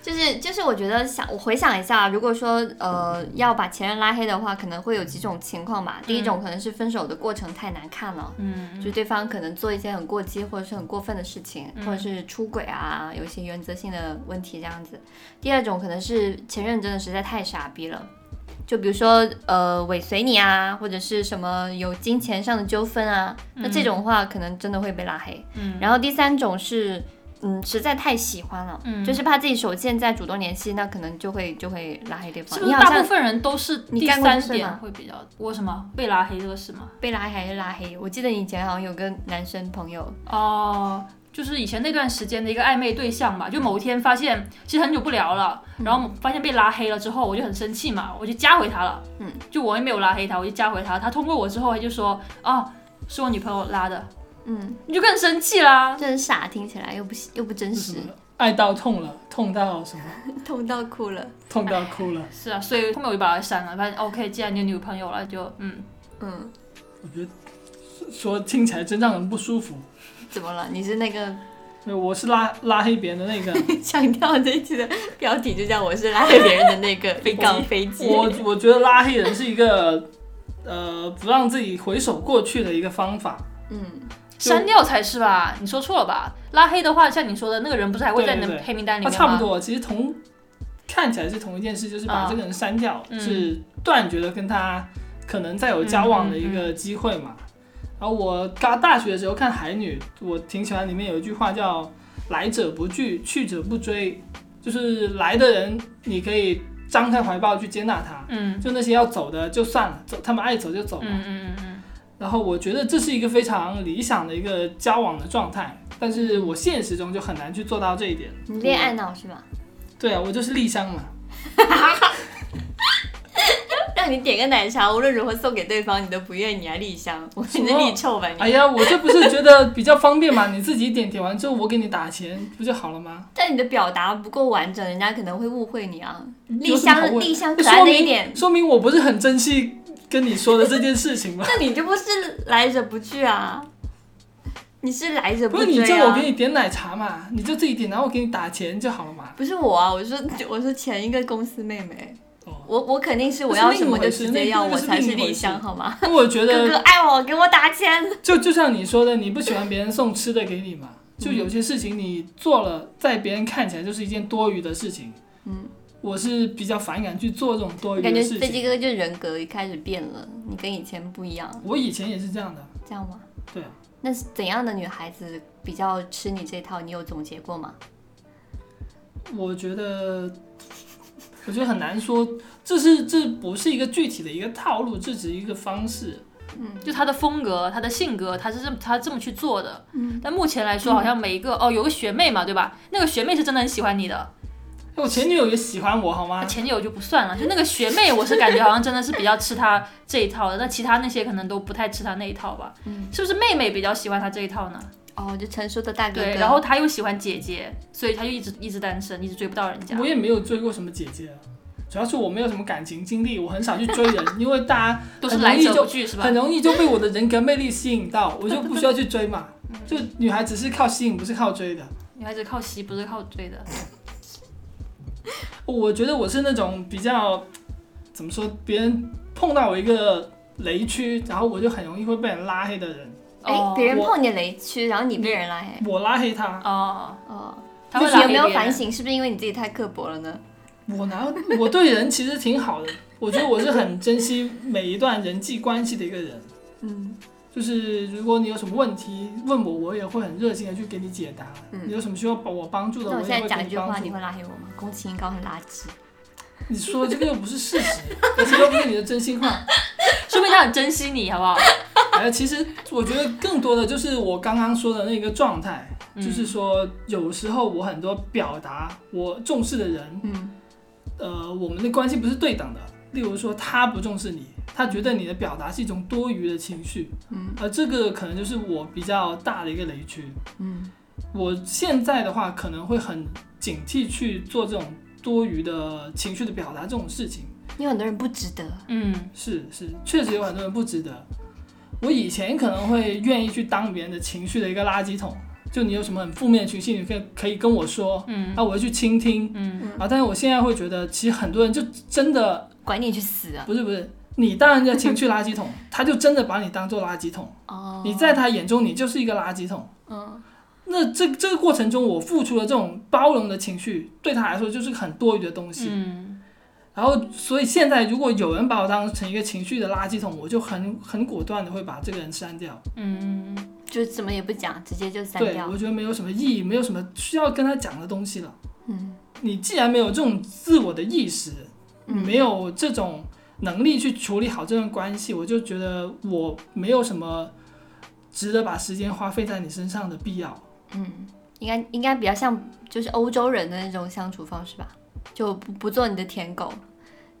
[SPEAKER 1] 就是就是，我觉得想我回想一下，如果说呃要把前任拉黑的话，可能会有几种情况吧。第一种可能是分手的过程太难看了，
[SPEAKER 2] 嗯，
[SPEAKER 1] 就对方可能做一些很过激或者是很过分的事情，
[SPEAKER 2] 嗯
[SPEAKER 1] 或者是出轨啊，有一些原则性的问题这样子。第二种可能是前任真的实在太傻逼了。就比如说，呃，尾随你啊，或者是什么有金钱上的纠纷啊，那这种话可能真的会被拉黑。
[SPEAKER 2] 嗯，
[SPEAKER 1] 然后第三种是，嗯，实在太喜欢了，
[SPEAKER 2] 嗯
[SPEAKER 1] 就是怕自己手贱再主动联系，那可能就会就会拉黑对方。
[SPEAKER 2] 是不是
[SPEAKER 1] 你好
[SPEAKER 2] 大部
[SPEAKER 1] 像
[SPEAKER 2] 分人都是
[SPEAKER 1] 你
[SPEAKER 2] 第
[SPEAKER 1] 干过
[SPEAKER 2] 三
[SPEAKER 1] 这事
[SPEAKER 2] 点
[SPEAKER 1] 吗
[SPEAKER 2] 会比较？我什么被拉黑这个事吗？
[SPEAKER 1] 被拉黑还是拉黑？我记得你以前好像有个男生朋友，
[SPEAKER 2] 哦、就是以前那段时间的一个暧昧对象吧，就某一天发现其实很久不聊了，
[SPEAKER 1] 嗯
[SPEAKER 2] 然后发现被拉黑了之后，我就很生气嘛，我就加回他了。
[SPEAKER 1] 嗯，
[SPEAKER 2] 就我也没有拉黑他，我就加回他。他通过我之后，他就说啊，是我女朋友拉的，
[SPEAKER 1] 嗯，
[SPEAKER 2] 你就更生气啦。
[SPEAKER 1] 真傻，听起来又不又不真
[SPEAKER 3] 是什
[SPEAKER 1] 实
[SPEAKER 3] 么，？爱到痛了，痛到什么？
[SPEAKER 1] 痛到哭了。
[SPEAKER 3] 痛到哭了。
[SPEAKER 2] 是啊，所以后面我就把他删了。发现哦 OK，既然你有女朋友了，就嗯，
[SPEAKER 1] 嗯，
[SPEAKER 3] 我觉得说听起来真让人不舒服。
[SPEAKER 1] 怎么了？你是那个
[SPEAKER 3] 对我是拉拉黑别人的那 个，
[SPEAKER 1] 强调这一期的标题就叫我是拉黑别人的那个
[SPEAKER 2] 飞机
[SPEAKER 1] 杠 飞机。
[SPEAKER 3] 我我觉得拉黑人是一个呃不让自己回首过去的一个方法。
[SPEAKER 1] 嗯，
[SPEAKER 3] 就
[SPEAKER 2] 删掉才是吧？你说错了吧？拉黑的话，像你说的那个人不是还会在你
[SPEAKER 3] 对
[SPEAKER 2] 的
[SPEAKER 3] 对对
[SPEAKER 2] 黑名单里
[SPEAKER 3] 那
[SPEAKER 2] 面
[SPEAKER 1] 哦
[SPEAKER 2] 吗？
[SPEAKER 3] 啊差不多，其实同看起来是同一件事，就是把
[SPEAKER 2] 嗯
[SPEAKER 3] 这个人删掉，
[SPEAKER 2] 嗯
[SPEAKER 3] 是断绝了跟他可能再有交
[SPEAKER 2] 嗯
[SPEAKER 3] 往的一个机会嘛。然后我刚大学的时候看《海女》，我挺喜欢里面有一句话叫“来者不拒，去者不追”，就是来的人你可以张开怀抱去接纳他，
[SPEAKER 2] 嗯
[SPEAKER 3] 就那些要走的就算了，走他们爱走就走
[SPEAKER 2] 嗯
[SPEAKER 3] 嘛。
[SPEAKER 2] 嗯嗯嗯，
[SPEAKER 3] 然后我觉得这是一个非常理想的一个交往的状态，但是我现实中就很难去做到这一点。
[SPEAKER 1] 你恋爱脑是吗？
[SPEAKER 3] 对啊，我就是丽香嘛。
[SPEAKER 1] 让你点个奶茶，无论如何送给对方，你都不愿意啊，丽香， 我
[SPEAKER 3] 什
[SPEAKER 1] 觉
[SPEAKER 3] 么
[SPEAKER 1] 得你臭吧你。
[SPEAKER 3] 哎呀，我这不是觉得比较方便嘛？ 你自己点点完之后，我给你打钱，不就好了吗？
[SPEAKER 1] 但你的表达不够完整，人家可能会误会你啊。丽
[SPEAKER 3] 有什么好
[SPEAKER 1] 香，
[SPEAKER 3] 问
[SPEAKER 1] 丽香
[SPEAKER 3] 那
[SPEAKER 1] 可爱
[SPEAKER 3] 说
[SPEAKER 1] 的一
[SPEAKER 3] 明
[SPEAKER 1] 点，
[SPEAKER 3] 说明我不是很珍惜跟你说的这件事情 嘛。
[SPEAKER 1] 那你就不是来者不拒啊，你是来者
[SPEAKER 3] 不是你
[SPEAKER 1] 追
[SPEAKER 3] 叫我
[SPEAKER 1] 啊
[SPEAKER 3] 给。你点奶茶嘛，你就自己点，然后我给你打钱就好了 嘛。
[SPEAKER 1] 不是我啊，我说我说前一个公司妹妹，
[SPEAKER 3] 哦，
[SPEAKER 1] 我我肯定是我
[SPEAKER 3] 那是
[SPEAKER 1] 要
[SPEAKER 3] 另一
[SPEAKER 1] 什么
[SPEAKER 3] 回
[SPEAKER 1] 就
[SPEAKER 3] 事
[SPEAKER 1] 直
[SPEAKER 3] 那
[SPEAKER 1] 接要，
[SPEAKER 3] 那
[SPEAKER 1] 我
[SPEAKER 3] 是
[SPEAKER 1] 才
[SPEAKER 3] 另一
[SPEAKER 1] 是
[SPEAKER 3] 回
[SPEAKER 1] 丽
[SPEAKER 3] 事
[SPEAKER 1] 香好吗？
[SPEAKER 3] 那我觉
[SPEAKER 1] 哥哥
[SPEAKER 3] 得
[SPEAKER 1] 爱我，给我打钱。
[SPEAKER 3] 就就像你说的，你不喜欢别人送吃的给你
[SPEAKER 1] 嗯
[SPEAKER 3] 嘛，就有些事情你做了，在别人看起来就是一件多余的事情。
[SPEAKER 1] 嗯，
[SPEAKER 3] 我是比较反感去做这种多余
[SPEAKER 1] 感
[SPEAKER 3] 的
[SPEAKER 1] 觉
[SPEAKER 3] 哦事
[SPEAKER 1] 飞机
[SPEAKER 3] 情。
[SPEAKER 1] 哥就人格开始变了，你跟以前不一样，
[SPEAKER 3] 我以前也是这样的。
[SPEAKER 1] 这样吗？
[SPEAKER 3] 对啊。
[SPEAKER 1] 那是怎样的女孩子比较吃你这套？你有总结过吗？
[SPEAKER 3] 我觉得，我觉得很难说，这是这不是一个具体的一个套路，这只是一个方式。
[SPEAKER 2] 就他的风格、他的性格，他是这么他这么去做的。嗯，但目前来说，好像每一个、哦，有个学妹嘛，对吧？那个学妹是真的很喜欢你的，
[SPEAKER 3] 哎我前女友也喜欢我，好吗？
[SPEAKER 2] 前女友就不算了，就那个学妹，我是感觉好像真的是比较吃他这一套的，那其他那些可能都不太吃他那一套吧。嗯，是不是妹妹比较喜欢他这一套呢？
[SPEAKER 1] 哦，就成熟的大哥哥。
[SPEAKER 2] 对，然后他又喜欢姐姐，所以他就一直一直单身，一直追不到人家
[SPEAKER 3] 我。也没有追过什么姐姐，啊主要是我没有什么感情经历，我很少去追人，因为大家
[SPEAKER 2] 都是来
[SPEAKER 3] 很容易
[SPEAKER 2] 者
[SPEAKER 3] 就
[SPEAKER 2] 不拒是吧
[SPEAKER 3] 很？容易就被我的人格魅力吸引到，我就不需要去追 嘛。
[SPEAKER 2] 嗯
[SPEAKER 3] 就女孩子是靠吸引，不是靠追的。
[SPEAKER 2] 女孩子靠吸，不是靠追的。
[SPEAKER 3] 我觉得我是那种比较怎么说，别人碰到我一个雷区，然后我就很容易会被人拉黑的人。
[SPEAKER 1] 哎，别人
[SPEAKER 3] 哦我
[SPEAKER 1] 碰你雷区，然后你被人拉黑。
[SPEAKER 3] 我拉黑他，
[SPEAKER 2] 哦，
[SPEAKER 1] 哦，
[SPEAKER 2] 他
[SPEAKER 1] 自
[SPEAKER 2] 会
[SPEAKER 1] 己
[SPEAKER 2] 拉
[SPEAKER 1] 有
[SPEAKER 2] 黑
[SPEAKER 1] 没有
[SPEAKER 2] 别人
[SPEAKER 1] 反？省？是不是因为你自己太刻薄了呢？
[SPEAKER 3] 我哪有？ 我对人其实挺好的，我觉得我是很珍惜每一段人际关系的一个人。
[SPEAKER 1] 嗯，
[SPEAKER 3] 就是如果你有什么问题问我，我也会很热心的去给你解答。
[SPEAKER 1] 嗯
[SPEAKER 3] 你有什么需要帮我帮助的，
[SPEAKER 1] 那
[SPEAKER 3] 我
[SPEAKER 1] 我
[SPEAKER 3] 也
[SPEAKER 1] 现
[SPEAKER 3] 会
[SPEAKER 1] 在
[SPEAKER 3] 给
[SPEAKER 1] 讲一
[SPEAKER 3] 你
[SPEAKER 1] 句话，
[SPEAKER 3] 帮
[SPEAKER 1] 你
[SPEAKER 3] 助。
[SPEAKER 1] 会拉黑我吗？宫崎英高很垃圾。
[SPEAKER 3] 你说的这个又不是事实，而且又不是你的真心话。
[SPEAKER 2] 说明他很珍惜你，好不好？
[SPEAKER 3] 哎，其实我觉得更多的就是我刚刚说的那个状态，就是
[SPEAKER 1] 嗯
[SPEAKER 3] 说有时候我很多表达我重视的人，
[SPEAKER 1] 嗯
[SPEAKER 3] 呃，我们的关系不是对等的。例如说，他不重视你，他觉得你的表达是一种多余的情绪，
[SPEAKER 1] 嗯，
[SPEAKER 3] 而这个可能就是我比较大的一个雷区。
[SPEAKER 1] 嗯，
[SPEAKER 3] 我现在的话，可能会很警惕去做这种多余的情绪的表达这种事情。
[SPEAKER 1] 因为很多人不值得。
[SPEAKER 2] 嗯，
[SPEAKER 3] 是是，确实有很多人不值得。我以前可能会愿意去当别人的情绪的一个垃圾桶，就你有什么很负面的情绪，你可以可以跟我说，
[SPEAKER 2] 嗯，
[SPEAKER 3] 啊，我会去倾听，
[SPEAKER 2] 嗯，
[SPEAKER 3] 啊，但是我现在会觉得，其实很多人就真的
[SPEAKER 1] 管你去死啊！
[SPEAKER 3] 不是不是，你当人家情绪垃圾桶， 他就真的把你当做垃圾桶，
[SPEAKER 1] 哦，
[SPEAKER 3] 你在他眼中你就是一个垃圾桶。
[SPEAKER 1] 嗯
[SPEAKER 3] 那这这个过程中，我付出了这种包容的情绪，对他来说就是很多余的东西。
[SPEAKER 2] 嗯，
[SPEAKER 3] 然后，所以现在如果有人把我当成一个情绪的垃圾桶，我就很很果断的会把这个人删掉。
[SPEAKER 2] 嗯，
[SPEAKER 1] 就什么也不讲，直接就删
[SPEAKER 3] 对，
[SPEAKER 1] 掉
[SPEAKER 3] 我。觉得没有什么意义，没有什么需要跟他讲的东西了。
[SPEAKER 1] 嗯。
[SPEAKER 3] 你既然没有这种自我的意识，你
[SPEAKER 1] 嗯
[SPEAKER 3] 没有这种能力去处理好这段关系，我就觉得我没有什么值得把时间花费在你身上的必要。
[SPEAKER 1] 嗯，应该应该比较像就是欧洲人的那种相处方式吧，就不不做你的舔狗，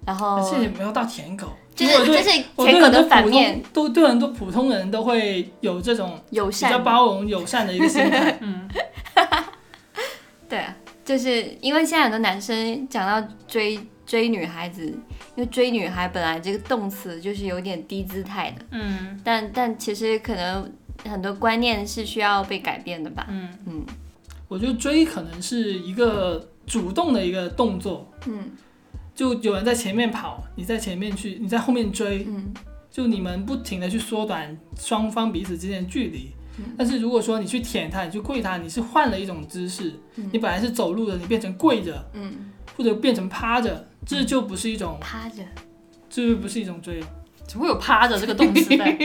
[SPEAKER 1] 然后
[SPEAKER 3] 而且也没有到舔狗，
[SPEAKER 1] 哦就
[SPEAKER 3] 因为我
[SPEAKER 1] 是就
[SPEAKER 3] 对
[SPEAKER 1] 是
[SPEAKER 3] 我
[SPEAKER 1] 舔
[SPEAKER 3] 对
[SPEAKER 1] 狗
[SPEAKER 3] 很多
[SPEAKER 1] 的
[SPEAKER 3] 普
[SPEAKER 1] 反
[SPEAKER 3] 通
[SPEAKER 1] 面，
[SPEAKER 3] 都对很多普通人都会有这种
[SPEAKER 1] 友
[SPEAKER 3] 比较
[SPEAKER 1] 善。
[SPEAKER 3] 包容友善的一个心态。
[SPEAKER 1] 对啊，就是因为现在很多男生讲到追追女孩子，因为追女孩本来这个动词就是有点低姿态的，
[SPEAKER 2] 嗯，
[SPEAKER 1] 但但其实可能很多观念是需要被改变的吧。嗯嗯，
[SPEAKER 3] 我觉得追可能是一个主动的一个动作，
[SPEAKER 1] 嗯
[SPEAKER 3] 就有人在前面跑，你在前面去，你在后面追，
[SPEAKER 1] 嗯
[SPEAKER 3] 就你们不停的去缩短双方彼此之间的距离
[SPEAKER 1] 嗯。
[SPEAKER 3] 但是如果说你去舔它，你去跪它，你是换了一种姿势，
[SPEAKER 1] 嗯
[SPEAKER 3] 你本来是走路的，你变成跪着
[SPEAKER 1] 嗯，
[SPEAKER 3] 或者变成趴着，这就不是一种，
[SPEAKER 1] 趴着，
[SPEAKER 3] 这就不是一种追了。
[SPEAKER 2] 只会有趴着这个动词在。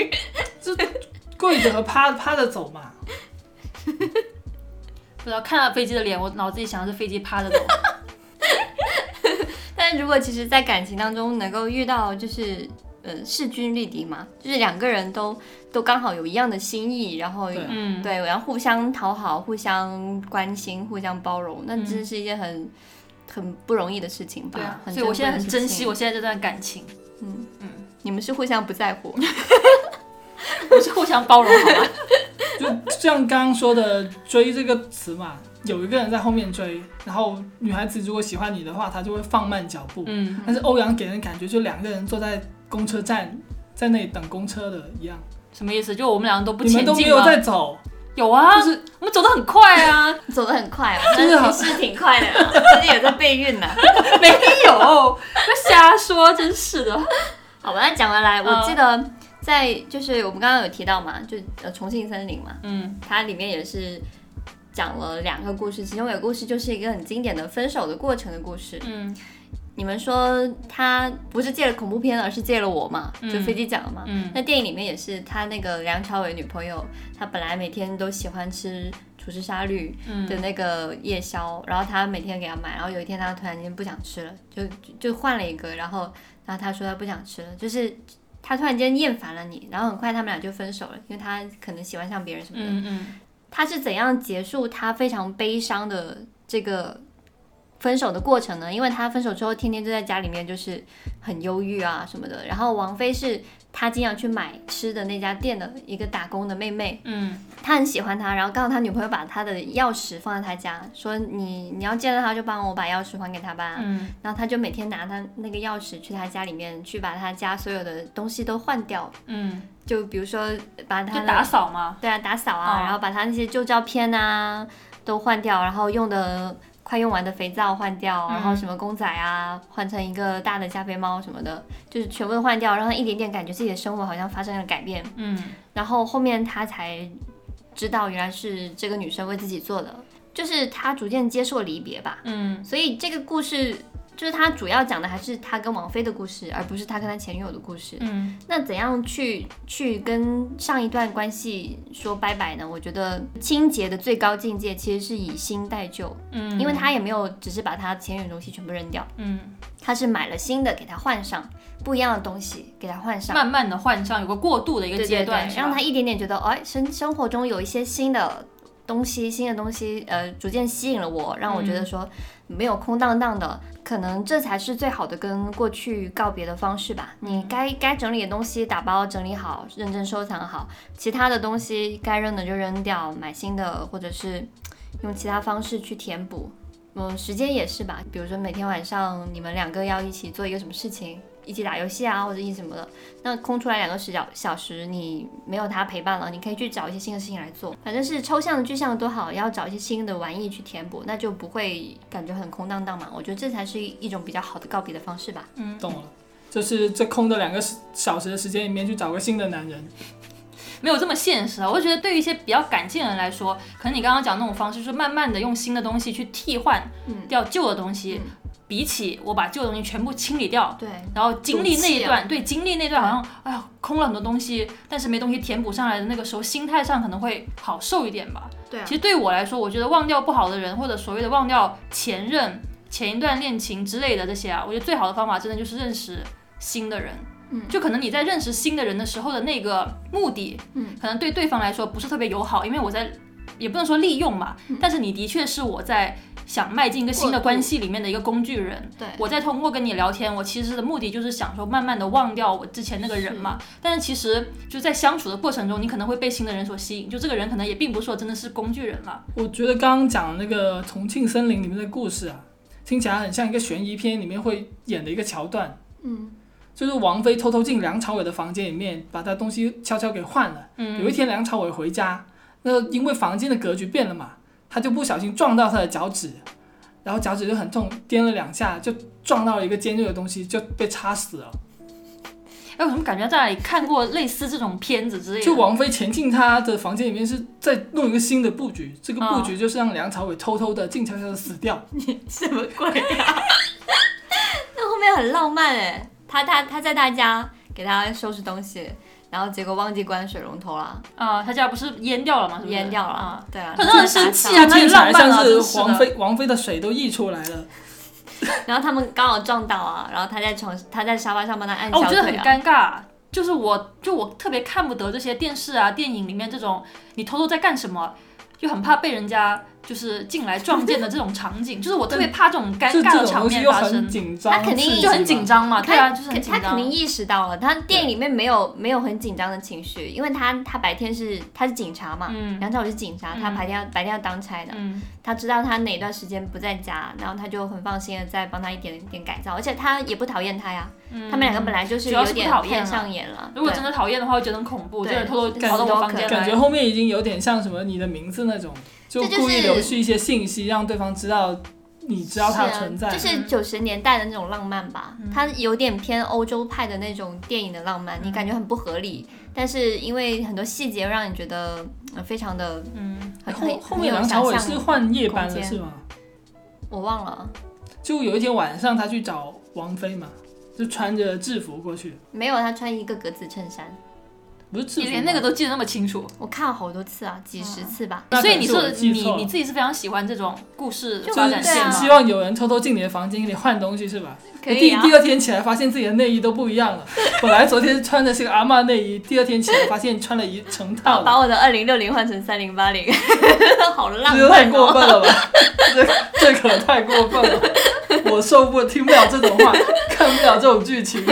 [SPEAKER 3] 跪着和趴趴着走嘛，
[SPEAKER 2] 不知道看到飞机的脸，我脑子里想的是飞机趴着走。
[SPEAKER 1] 但如果其实，在感情当中能够遇到就是呃势均力敌嘛，就是两个人都都刚好有一样的心意，然后
[SPEAKER 3] 对
[SPEAKER 2] 嗯，
[SPEAKER 1] 对，然后互相讨好、互相关心、互相包容，那
[SPEAKER 2] 嗯
[SPEAKER 1] 真是一件很、很不容易的事情吧？
[SPEAKER 2] 对啊，
[SPEAKER 1] 很
[SPEAKER 2] 所以我现在很
[SPEAKER 1] 贵的
[SPEAKER 2] 珍
[SPEAKER 1] 事
[SPEAKER 2] 惜
[SPEAKER 1] 情
[SPEAKER 2] 我现在这段感情，
[SPEAKER 1] 你们是互相不在 乎，
[SPEAKER 2] 我是互相包容好吗？
[SPEAKER 3] 就像刚刚说的“追”这个词嘛，有一个人在后面追，然后女孩子如果喜欢你的话，她就会放慢脚步。
[SPEAKER 2] 嗯，
[SPEAKER 3] 但是欧阳给人感觉就两个人坐在公车站，在那里等公车的一样，
[SPEAKER 2] 什么意思？就我们两个都不
[SPEAKER 3] 你们
[SPEAKER 2] 前
[SPEAKER 3] 都没
[SPEAKER 2] 进
[SPEAKER 3] 有
[SPEAKER 2] 吗？
[SPEAKER 3] 在走，
[SPEAKER 2] 有啊，就是我们走得很快啊，
[SPEAKER 1] 走得很快哦，
[SPEAKER 3] 真的
[SPEAKER 1] 那
[SPEAKER 3] 好
[SPEAKER 1] 你是挺快的啊，自己也在备孕呢、
[SPEAKER 2] 没有，不要瞎说，真是的。
[SPEAKER 1] 好吧，那讲回来，我
[SPEAKER 2] 嗯
[SPEAKER 1] 记得在就是我们刚刚有提到嘛，就呃重庆森林嘛，
[SPEAKER 2] 嗯
[SPEAKER 1] 它里面也是讲了两个故事，其中有个故事就是一个很经典的分手的过程的故事。
[SPEAKER 2] 嗯
[SPEAKER 1] 你们说他不是借了恐怖片，而是借了我嘛？
[SPEAKER 2] 嗯
[SPEAKER 1] 就飞机讲了嘛。
[SPEAKER 2] 嗯
[SPEAKER 1] 那电影里面也是，他那个梁朝伟女朋友，她本来每天都喜欢吃厨师沙律
[SPEAKER 2] 嗯
[SPEAKER 1] 的那个夜宵，然后他每天给她买，然后有一天他突然间不想吃了，就就就换了一个，然后然后他说他不想吃了，就是他突然间厌烦了你，然后很快他们俩就分手了，因为他可能喜欢上别人什么的。
[SPEAKER 2] 嗯嗯，
[SPEAKER 1] 他是怎样结束他非常悲伤的这个分手的过程呢？因为他分手之后，天天就在家里面就是很忧郁啊什么的。然后王菲是他经常去买吃的那家店的一个打工的妹妹，
[SPEAKER 2] 嗯
[SPEAKER 1] 他很喜欢她，然后刚好他女朋友把他的钥匙放在他家，说你你要见到他就帮我把钥匙还给他吧。
[SPEAKER 2] 嗯
[SPEAKER 1] 然后他就每天拿他那个钥匙去他家里面去把他家所有的东西都换掉，
[SPEAKER 2] 嗯，
[SPEAKER 1] 就比如说把他
[SPEAKER 2] 就
[SPEAKER 1] 的
[SPEAKER 2] 打扫嘛。
[SPEAKER 1] 对啊，打扫啊，
[SPEAKER 2] 哦
[SPEAKER 1] 然后把他那些旧照片啊都换掉，然后用的快用完的肥皂换掉，
[SPEAKER 2] 嗯
[SPEAKER 1] 然后什么公仔啊换成一个大的加菲猫什么的，就是全部都换掉，让他一点点感觉自己的生活好像发生了改变。
[SPEAKER 2] 嗯
[SPEAKER 1] 然后后面他才知道原来是这个女生为自己做的，就是他逐渐接受离别吧。
[SPEAKER 2] 嗯
[SPEAKER 1] 所以这个故事就是他主要讲的还是他跟王菲的故事，而不是他跟他前女友的故事。
[SPEAKER 2] 嗯
[SPEAKER 1] 那怎样去去跟上一段关系说拜拜呢？我觉得清洁的最高境界其实是以新代旧，
[SPEAKER 2] 嗯，
[SPEAKER 1] 因为他也没有只是把他前任的东西全部扔掉，
[SPEAKER 2] 嗯
[SPEAKER 1] 他是买了新的给他换上，不一样的东西给他换上。
[SPEAKER 2] 慢慢的换上，有个过渡的一
[SPEAKER 1] 对
[SPEAKER 2] 个
[SPEAKER 1] 对
[SPEAKER 2] 阶
[SPEAKER 1] 对，
[SPEAKER 2] 段，是吧
[SPEAKER 1] 让他一点点觉得，哎，生生活中有一些新的东西，新的东西，呃，逐渐吸引了我，让我觉得说没有空荡荡的，可能这才是最好的跟过去告别的方式吧。你该该整理的东西打包整理好，认真收藏好，其他的东西该扔的就扔掉，买新的或者是用其他方式去填补。嗯，时间也是吧，比如说每天晚上你们两个要一起做一个什么事情，一起打游戏啊，或者一起什么的，那空出来两个时小小时，你没有他陪伴了，你可以去找一些新的事情来做，反正是抽象的具象的都好，要找一些新的玩意去填补，那就不会感觉很空荡荡嘛。我觉得这才是一种比较好的告别的方式吧。
[SPEAKER 2] 嗯
[SPEAKER 3] 懂了。就是这空的两个时小时的时间里面去找个新的男人，
[SPEAKER 2] 没有这么现实啊。我就觉得对于一些比较感性的人来说，可能你刚刚讲那种方式，就是慢慢的用新的东西去替换
[SPEAKER 1] 嗯
[SPEAKER 2] 掉旧的东西，比起我把旧的东西全部清理掉。
[SPEAKER 1] 对，
[SPEAKER 2] 然后经历那一段，对经历那段好像，哎呀，空了很多东西，但是没东西填补上来的那个时候，心态上可能会好受一点吧。
[SPEAKER 1] 对啊
[SPEAKER 2] 其实对我来说，我觉得忘掉不好的人，或者所谓的忘掉前任、前一段恋情之类的这些啊，我觉得最好的方法真的就是认识新的人。
[SPEAKER 1] 嗯
[SPEAKER 2] 就可能你在认识新的人的时候的那个目的，
[SPEAKER 1] 嗯，
[SPEAKER 2] 可能对对方来说不是特别友好，因为我在也不能说利用嘛，但是你的确是我在想迈进一个新的
[SPEAKER 1] 嗯过渡
[SPEAKER 2] 关系里面的一个工具人。
[SPEAKER 1] 对
[SPEAKER 2] 我在通过跟你聊天，我其实的目的就是想说慢慢的忘掉我之前那个人嘛。但是其实就在相处的过程中，你可能会被新的人所吸引，就这个人可能也并不是说真的是工具人了。
[SPEAKER 3] 我觉得刚刚讲的那个重庆森林里面的故事啊，听起来很像一个悬疑片里面会演的一个桥段。
[SPEAKER 1] 嗯，
[SPEAKER 3] 就是王菲偷偷进梁朝伟的房间里面，把他东西悄悄给换了。
[SPEAKER 2] 嗯
[SPEAKER 3] 有一天梁朝伟回家，那因为房间的格局变了嘛，他就不小心撞到他的脚趾，然后脚趾就很痛，颠了两下就撞到了一个尖锐的东西，就被插死了。
[SPEAKER 2] 哎，我怎么感觉在哪里看过类似这种片子之类的？
[SPEAKER 3] 就王菲潜进他的房间里面是在弄一个新的布局，这个布局就是让梁朝伟偷偷的静悄悄的死掉。
[SPEAKER 1] 什么鬼啊？那后面很浪漫哎，他他他在他家给他收拾东西，然后结果忘记关水龙头了，
[SPEAKER 2] 啊，他家不是淹掉了吗？是不是
[SPEAKER 1] 淹掉了。
[SPEAKER 2] 啊。
[SPEAKER 1] 对啊，
[SPEAKER 2] 很让人生气啊
[SPEAKER 3] 这听起来像是
[SPEAKER 2] 真是的
[SPEAKER 3] 王菲，王菲的水都溢出来了。
[SPEAKER 1] 然后他们刚好撞到啊，然后他在床，他在沙发上帮他按
[SPEAKER 2] 啊，我
[SPEAKER 1] 小
[SPEAKER 2] 觉得很
[SPEAKER 1] 腿啊。
[SPEAKER 2] 尴尬。就是我，就我特别看不得这些电视啊、电影里面这种你偷偷在干什么，就很怕被人家就是进来撞见的这种场景。就是我特别怕这种尴
[SPEAKER 3] 这
[SPEAKER 2] 尬
[SPEAKER 3] 这
[SPEAKER 2] 的
[SPEAKER 3] 种
[SPEAKER 2] 场
[SPEAKER 3] 东西
[SPEAKER 2] 面
[SPEAKER 3] 又
[SPEAKER 2] 发
[SPEAKER 3] 很
[SPEAKER 2] 生，
[SPEAKER 3] 紧张，
[SPEAKER 1] 他肯定
[SPEAKER 3] 刺激
[SPEAKER 2] 就很
[SPEAKER 3] 嘛
[SPEAKER 2] 紧张嘛。对啊，就是
[SPEAKER 1] 他
[SPEAKER 2] 很紧
[SPEAKER 1] 他肯定
[SPEAKER 2] 张。
[SPEAKER 1] 意识到了，他电影里面没有没有很紧张的情绪，因为他他白天是他是警察嘛，
[SPEAKER 2] 嗯
[SPEAKER 1] 梁朝伟是警察，他
[SPEAKER 2] 嗯
[SPEAKER 1] 白天要白天要当差的，
[SPEAKER 2] 嗯，
[SPEAKER 1] 他知道他哪段时间不在家，然后他就很放心的在帮他一点点改造，而且他也不讨厌他呀，他们两个本来就是
[SPEAKER 2] 主要
[SPEAKER 1] 有
[SPEAKER 2] 是不
[SPEAKER 1] 点
[SPEAKER 2] 嗯讨厌
[SPEAKER 1] 看
[SPEAKER 2] 了
[SPEAKER 1] 上眼了，
[SPEAKER 2] 如果
[SPEAKER 1] 对
[SPEAKER 2] 真的讨厌的话，会觉得很恐怖，就
[SPEAKER 1] 对
[SPEAKER 2] 是偷偷
[SPEAKER 1] 感
[SPEAKER 2] 跑到我房
[SPEAKER 1] 觉
[SPEAKER 2] 间
[SPEAKER 3] 感觉
[SPEAKER 2] 来。
[SPEAKER 3] 后面已经有点像什么你的名字那种，就
[SPEAKER 1] 这就是
[SPEAKER 3] 故意留去一些信息，让对方知道你知道它的存在。
[SPEAKER 1] 是
[SPEAKER 2] 嗯
[SPEAKER 1] 啊、就是九十年代的那种浪漫吧，它有点偏欧洲派的那种电影的浪
[SPEAKER 2] 嗯
[SPEAKER 1] 漫，你感觉很不合理，但是因为很多细节让你觉得呃非常的
[SPEAKER 2] 嗯，
[SPEAKER 1] 很
[SPEAKER 3] 后
[SPEAKER 1] 很
[SPEAKER 3] 后面
[SPEAKER 1] 很有
[SPEAKER 3] 梁朝伟
[SPEAKER 1] 想象
[SPEAKER 3] 是换夜班
[SPEAKER 1] 空
[SPEAKER 3] 了
[SPEAKER 1] 间
[SPEAKER 3] 是吗？
[SPEAKER 1] 我忘了，
[SPEAKER 3] 就有一天晚上他去找王菲嘛，就穿着制服过去，
[SPEAKER 1] 没有他穿一个格子衬衫，
[SPEAKER 3] 不是制
[SPEAKER 2] 你
[SPEAKER 3] 服吗，
[SPEAKER 2] 连那个都记得那么清楚，
[SPEAKER 1] 我看了好多次啊，几十次吧。
[SPEAKER 3] 那可
[SPEAKER 2] 所以
[SPEAKER 3] 能
[SPEAKER 2] 你
[SPEAKER 3] 是我
[SPEAKER 2] 是你
[SPEAKER 3] 记错了
[SPEAKER 2] 你自己是非常喜欢这种故事
[SPEAKER 1] 就
[SPEAKER 2] 发
[SPEAKER 3] 就是
[SPEAKER 2] 展
[SPEAKER 1] 对啊
[SPEAKER 2] 线
[SPEAKER 3] 希
[SPEAKER 2] 吗
[SPEAKER 3] 希？望有人偷偷进你的房间给你换东西是吧？
[SPEAKER 1] 可以
[SPEAKER 3] 第
[SPEAKER 1] 啊
[SPEAKER 3] 嗯第二天起来发现自己的内衣都不一样了， 本来昨天穿的是个阿嬷内衣，第二天起来发现穿了一成套的，
[SPEAKER 1] 把我的二零六零换成三零八 零，好浪
[SPEAKER 3] 这太
[SPEAKER 1] 漫
[SPEAKER 3] 过
[SPEAKER 1] 哦！
[SPEAKER 3] 分了吧？这这可太过分 了，我受不听不了这种话，看不了这种剧情。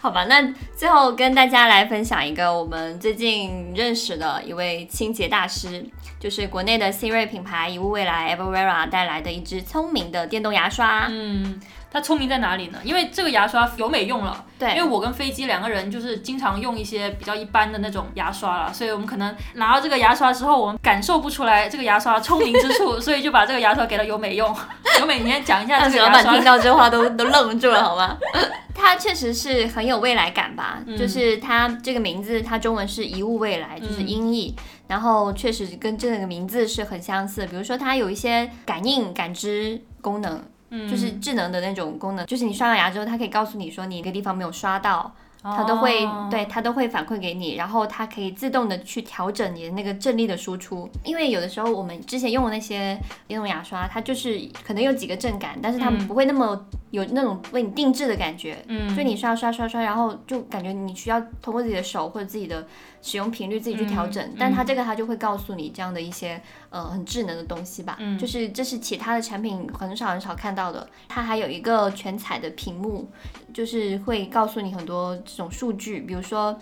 [SPEAKER 1] 好吧，那最后跟大家来分享一个我们最近认识的一位清洁大师，就是国内的新锐品牌一物未来 Evera 带来的一支聪明的电动牙刷。
[SPEAKER 2] 嗯，它聪明在哪里呢？因为这个牙刷有美用了，因为
[SPEAKER 1] 对，
[SPEAKER 2] 我跟飞机两个人就是经常用一些比较一般的那种牙刷了，所以我们可能拿到这个牙刷之后，我们感受不出来这个牙刷聪明之处， 所以就把这个牙刷给了有美用。 有美，你先讲一下
[SPEAKER 1] 让
[SPEAKER 2] 这个
[SPEAKER 1] 许老
[SPEAKER 2] 牙
[SPEAKER 1] 板
[SPEAKER 2] 刷
[SPEAKER 1] 听。到这话都都愣住了，好吗？ 嗯它确实是很有未来感吧，就是它这个名字，它中文是一物未来，就是音译，然后确实跟这个名字是很相似，比如说它有一些感应、感知功能，
[SPEAKER 2] 嗯
[SPEAKER 1] 就是智能的那种功能，就是你刷完牙之后，它可以告诉你说你一个地方没有刷到，它都会、
[SPEAKER 2] 哦
[SPEAKER 1] 对它都会反馈给你，然后它可以自动的去调整你的那个振力的输出。因为有的时候我们之前用的那些电动牙刷，它就是可能有几个震感，但是它们不会那么有那种为你定制的感觉。
[SPEAKER 2] 嗯
[SPEAKER 1] 就你刷刷刷刷，然后就感觉你需要通过自己的手或者自己的使用频率自己去调整，
[SPEAKER 2] 嗯
[SPEAKER 1] 但它这个它就会告诉你这样的一些呃很智能的东西吧，
[SPEAKER 2] 嗯
[SPEAKER 1] 就是这是其他的产品很少很少看到的。它还有一个全彩的屏幕，就是会告诉你很多这种数据，比如说。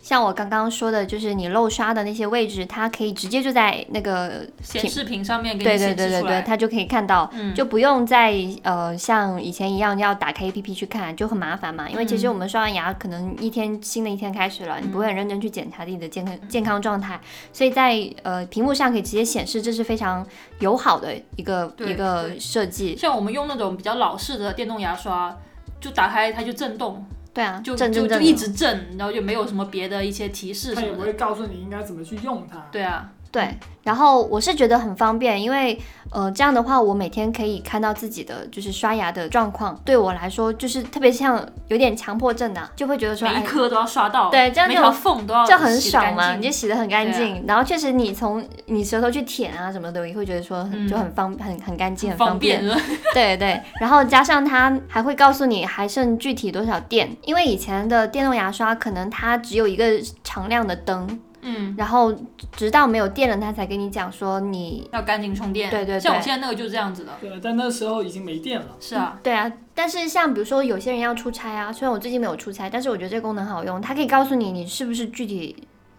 [SPEAKER 1] 像我刚刚说的，就是你漏刷的那些位置，它可以直接就在那个
[SPEAKER 2] 显示屏上面给
[SPEAKER 1] 对
[SPEAKER 2] 你
[SPEAKER 1] 对
[SPEAKER 2] 显
[SPEAKER 1] 对
[SPEAKER 2] 示
[SPEAKER 1] 对
[SPEAKER 2] 出
[SPEAKER 1] 对，
[SPEAKER 2] 来。
[SPEAKER 1] 它就可以看到，
[SPEAKER 2] 嗯
[SPEAKER 1] 就不用再呃像以前一样要打开 APP 去看，就很麻烦嘛。因为其
[SPEAKER 2] 嗯
[SPEAKER 1] 实我们刷完牙，可能一天新的一天开始了，你不会很认真去检查自己的健康健康状态，所以在呃屏幕上可以直接显示，这是非常友好的一个
[SPEAKER 2] 对
[SPEAKER 1] 一个
[SPEAKER 2] 对
[SPEAKER 1] 设计。
[SPEAKER 2] 像我们用那种比较老式的电动牙刷，就打开它就震动，
[SPEAKER 1] 对啊，
[SPEAKER 2] 就
[SPEAKER 1] 正
[SPEAKER 2] 就
[SPEAKER 1] 正
[SPEAKER 2] 就
[SPEAKER 1] 正
[SPEAKER 2] 一直震，然后就没有什么别的一些提示
[SPEAKER 3] 他
[SPEAKER 2] 什
[SPEAKER 3] 也
[SPEAKER 2] 么
[SPEAKER 3] 不
[SPEAKER 2] 的。
[SPEAKER 3] 会告诉你应该怎么去用它。
[SPEAKER 2] 对啊，
[SPEAKER 1] 对，然后我是觉得很方便，因为呃这样的话，我每天可以看到自己的就是刷牙的状况，对我来说就是特别像有点强迫症的、就会觉得说
[SPEAKER 2] 每
[SPEAKER 1] 哎
[SPEAKER 2] 一。颗都要刷到，
[SPEAKER 1] 对这样
[SPEAKER 2] 哦每
[SPEAKER 1] 就
[SPEAKER 2] 条缝都要
[SPEAKER 1] 这很
[SPEAKER 2] 洗得
[SPEAKER 1] 爽
[SPEAKER 2] 干
[SPEAKER 1] 嘛，
[SPEAKER 2] 净
[SPEAKER 1] 你就洗得很干
[SPEAKER 2] 对啊
[SPEAKER 1] 净，然后确实你从你舌头去舔啊什么的，也会觉得说很
[SPEAKER 2] 嗯
[SPEAKER 1] 就很方很很干净，很
[SPEAKER 2] 方
[SPEAKER 1] 方
[SPEAKER 2] 便
[SPEAKER 1] 便。
[SPEAKER 2] 是吧
[SPEAKER 1] 对对，然后加上它还会告诉你还剩具体多少电，因为以前的电动牙刷可能它只有一个常亮的灯，
[SPEAKER 2] 嗯，
[SPEAKER 1] 然后直到没有电了，它才跟你讲说你
[SPEAKER 2] 要赶紧充电。
[SPEAKER 1] 对对对
[SPEAKER 2] 像我现在那个就是这样子的。
[SPEAKER 3] 对，但那时候已经没电了。
[SPEAKER 2] 是啊，
[SPEAKER 1] 对啊，但是像比如说有些人要出差啊，虽然我最近没有出差，但是我觉得这个功能很好用，它可以告诉你你是不是具体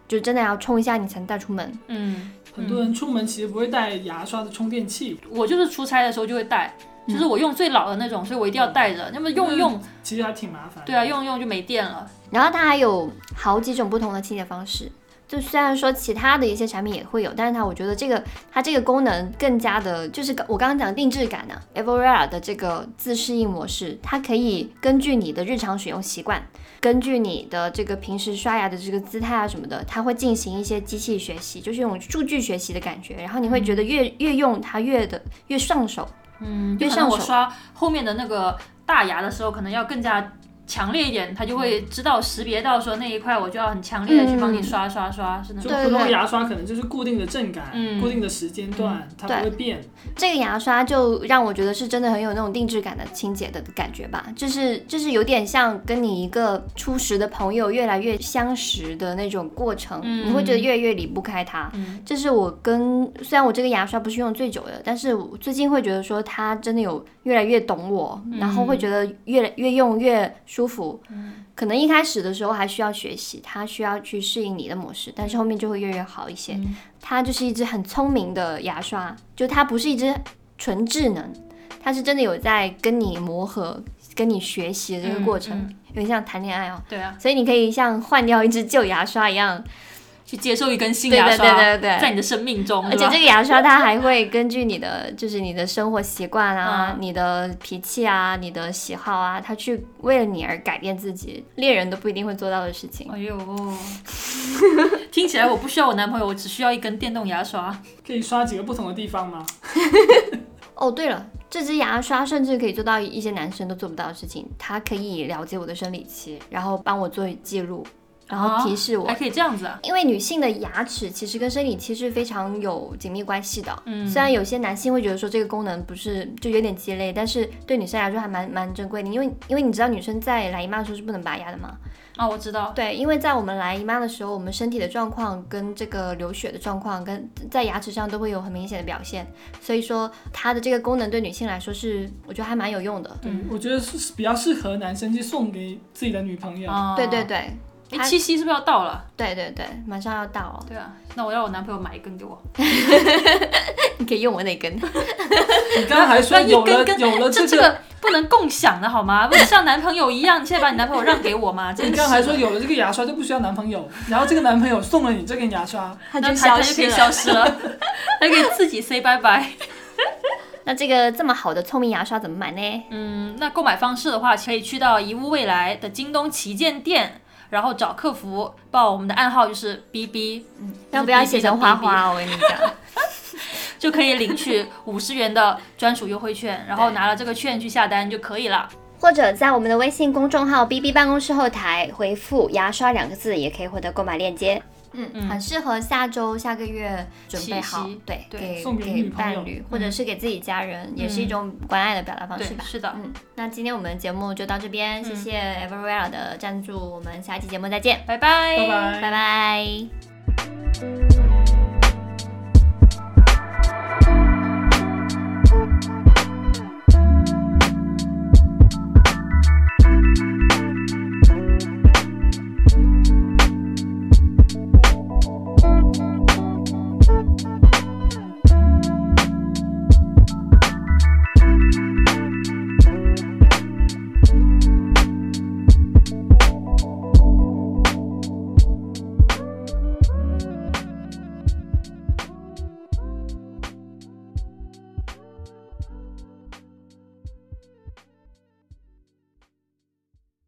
[SPEAKER 1] 就真的要冲一下你才能带出门。
[SPEAKER 2] 嗯，
[SPEAKER 3] 很多人出门其实不会带牙刷的充电器，
[SPEAKER 2] 我就是出差的时候就会带，
[SPEAKER 1] 嗯
[SPEAKER 2] 就是我用最老的那种，所以我一定要带着。那么用用，啊
[SPEAKER 3] 其实还挺麻烦。
[SPEAKER 2] 对啊，用用就没电了。
[SPEAKER 1] 然后它还有好几种不同的清洁方式，就虽然说其他的一些产品也会有，但是它我觉得这个它这个功能更加的，就是我刚刚讲定制感呢、e v o r a 的这个自适应模式，它可以根据你的日常使用习惯，根据你的这个平时刷牙的这个姿态啊什么的，它会进行一些机器学习，就是那种数据学习的感觉，然后你会觉得越越用它越的越上手，
[SPEAKER 2] 嗯，就
[SPEAKER 1] 越
[SPEAKER 2] 可能
[SPEAKER 1] 上
[SPEAKER 2] 我
[SPEAKER 1] 手
[SPEAKER 2] 刷后面的那个大牙的时候，可能要更加强烈一点，它就会知道识别到说那一块，我就要很强烈的去帮你
[SPEAKER 1] 嗯
[SPEAKER 2] 刷刷刷，是那
[SPEAKER 3] 就
[SPEAKER 2] 种。
[SPEAKER 1] 对
[SPEAKER 3] 普通
[SPEAKER 1] 对
[SPEAKER 3] 牙刷可能就是固定的震感，
[SPEAKER 2] 嗯
[SPEAKER 3] 固定的时间段，它不
[SPEAKER 1] 嗯对
[SPEAKER 3] 会变。
[SPEAKER 1] 这个牙刷就让我觉得是真的很有那种定制感的清洁的感觉吧，就是就是有点像跟你一个初识的朋友越来越相识的那种过程，
[SPEAKER 2] 嗯
[SPEAKER 1] 你会觉得越来越离不开它。
[SPEAKER 2] 嗯
[SPEAKER 1] 这是我跟虽然我这个牙刷不是用最久的，但是我最近会觉得说它真的有越来越懂我，然后
[SPEAKER 2] 嗯
[SPEAKER 1] 会觉得越来越用越舒服。可能一开始的时候还需要学习，它需要去适应你的模式，但是后面就会越来越好一些。它就是一支很聪明的牙刷，就它不是一支纯智能，它是真的有在跟你磨合、跟你学习的这个过程，
[SPEAKER 2] 嗯
[SPEAKER 1] 有点像谈恋爱哦。
[SPEAKER 2] 对啊，
[SPEAKER 1] 所以你可以像换掉一支旧牙刷一样，
[SPEAKER 2] 去接受一根新
[SPEAKER 1] 对
[SPEAKER 2] 牙
[SPEAKER 1] 对
[SPEAKER 2] 刷，
[SPEAKER 1] 对对对
[SPEAKER 2] 在你的生命中，
[SPEAKER 1] 而
[SPEAKER 2] 对
[SPEAKER 1] 且
[SPEAKER 2] 吧
[SPEAKER 1] 这个牙刷它还会根据你的就是你的生活习惯啊、
[SPEAKER 2] 嗯
[SPEAKER 1] 你的脾气啊、你的喜好啊，它去为了你而改变自己，猎人都不一定会做到的事情。
[SPEAKER 2] 哎呦，听起来我不需要我男朋友，我只需要一根电动牙刷。
[SPEAKER 3] 可以刷几个不同的地方吗？
[SPEAKER 1] 哦，对了，这支牙刷甚至可以做到一些男生都做不到的事情，它可以了解我的生理期，然后帮我做记录， 然后提示我。
[SPEAKER 2] 还可以这样子啊？
[SPEAKER 1] 因为女性的牙齿其实跟生理期是非常有紧密关系的，
[SPEAKER 2] 嗯
[SPEAKER 1] 虽然有些男性会觉得说这个功能不是就有点鸡肋，但是对女生来说还蛮蛮珍贵的，因为因为你知道女生在来姨妈的时候是不能拔牙的嘛，
[SPEAKER 2] 啊，我知道，
[SPEAKER 1] 对，因为在我们来姨妈的时候，我们身体的状况跟这个流血的状况跟在牙齿上都会有很明显的表现，所以说它的这个功能对女性来说是我觉得还蛮有用的，
[SPEAKER 2] 嗯，
[SPEAKER 3] 我觉得是比较适合男生去送给自己的女朋友。
[SPEAKER 2] 啊，
[SPEAKER 1] 对对，对
[SPEAKER 2] 哎，七夕是不是要到了？
[SPEAKER 1] 对对对，马上要到哦了，
[SPEAKER 2] 对啊，那我要我男朋友买一根给我。
[SPEAKER 1] 你可以用我那 根，
[SPEAKER 3] 你刚刚还说
[SPEAKER 2] 那一
[SPEAKER 3] 有了
[SPEAKER 2] 根根
[SPEAKER 3] 有 了
[SPEAKER 2] 这这
[SPEAKER 3] 个，
[SPEAKER 2] 个不能共享的好 吗？不能像男朋友一样，你现在把你男朋友让给我吗？真
[SPEAKER 3] 你
[SPEAKER 2] 是
[SPEAKER 3] 刚刚还说有了这个牙刷就不需要男朋友，然后这个男朋友送了你这根牙刷，
[SPEAKER 1] 它
[SPEAKER 2] 那
[SPEAKER 1] 就
[SPEAKER 2] 他
[SPEAKER 1] 消
[SPEAKER 2] 就可
[SPEAKER 1] 失
[SPEAKER 2] 以
[SPEAKER 1] 了。
[SPEAKER 2] 消失了， 他可以自己 say 拜拜。
[SPEAKER 1] 那这个这么好的聪明牙刷怎么买呢？
[SPEAKER 2] 嗯，那购买方式的话，可以去到宜屋未来的京东旗舰店，然后找客服报我们的暗号就是嗯 BB，
[SPEAKER 1] 要不要写成花花？我跟你讲，
[SPEAKER 2] 就可以领取五十元的专属优惠券，然后拿了这个券去下单就可以了。
[SPEAKER 1] 或者在我们的微信公众号 “B B 办公室”后台回复“牙刷”两个字，也可以获得购买链接。嗯，很适合下周、下个月准备好
[SPEAKER 2] 七夕，
[SPEAKER 1] 对，
[SPEAKER 2] 对
[SPEAKER 1] 给
[SPEAKER 3] 送给
[SPEAKER 1] 给
[SPEAKER 3] 女朋友
[SPEAKER 1] 伴侣或者是给自己家人，也是一种关爱的表达方
[SPEAKER 2] 对
[SPEAKER 1] 式，吧。
[SPEAKER 2] 是的，
[SPEAKER 1] 嗯，那今天我们的节目就到这边，谢谢 Everwell 的赞助，我们下期节目再见，
[SPEAKER 2] 拜拜，
[SPEAKER 3] 拜
[SPEAKER 1] 拜拜。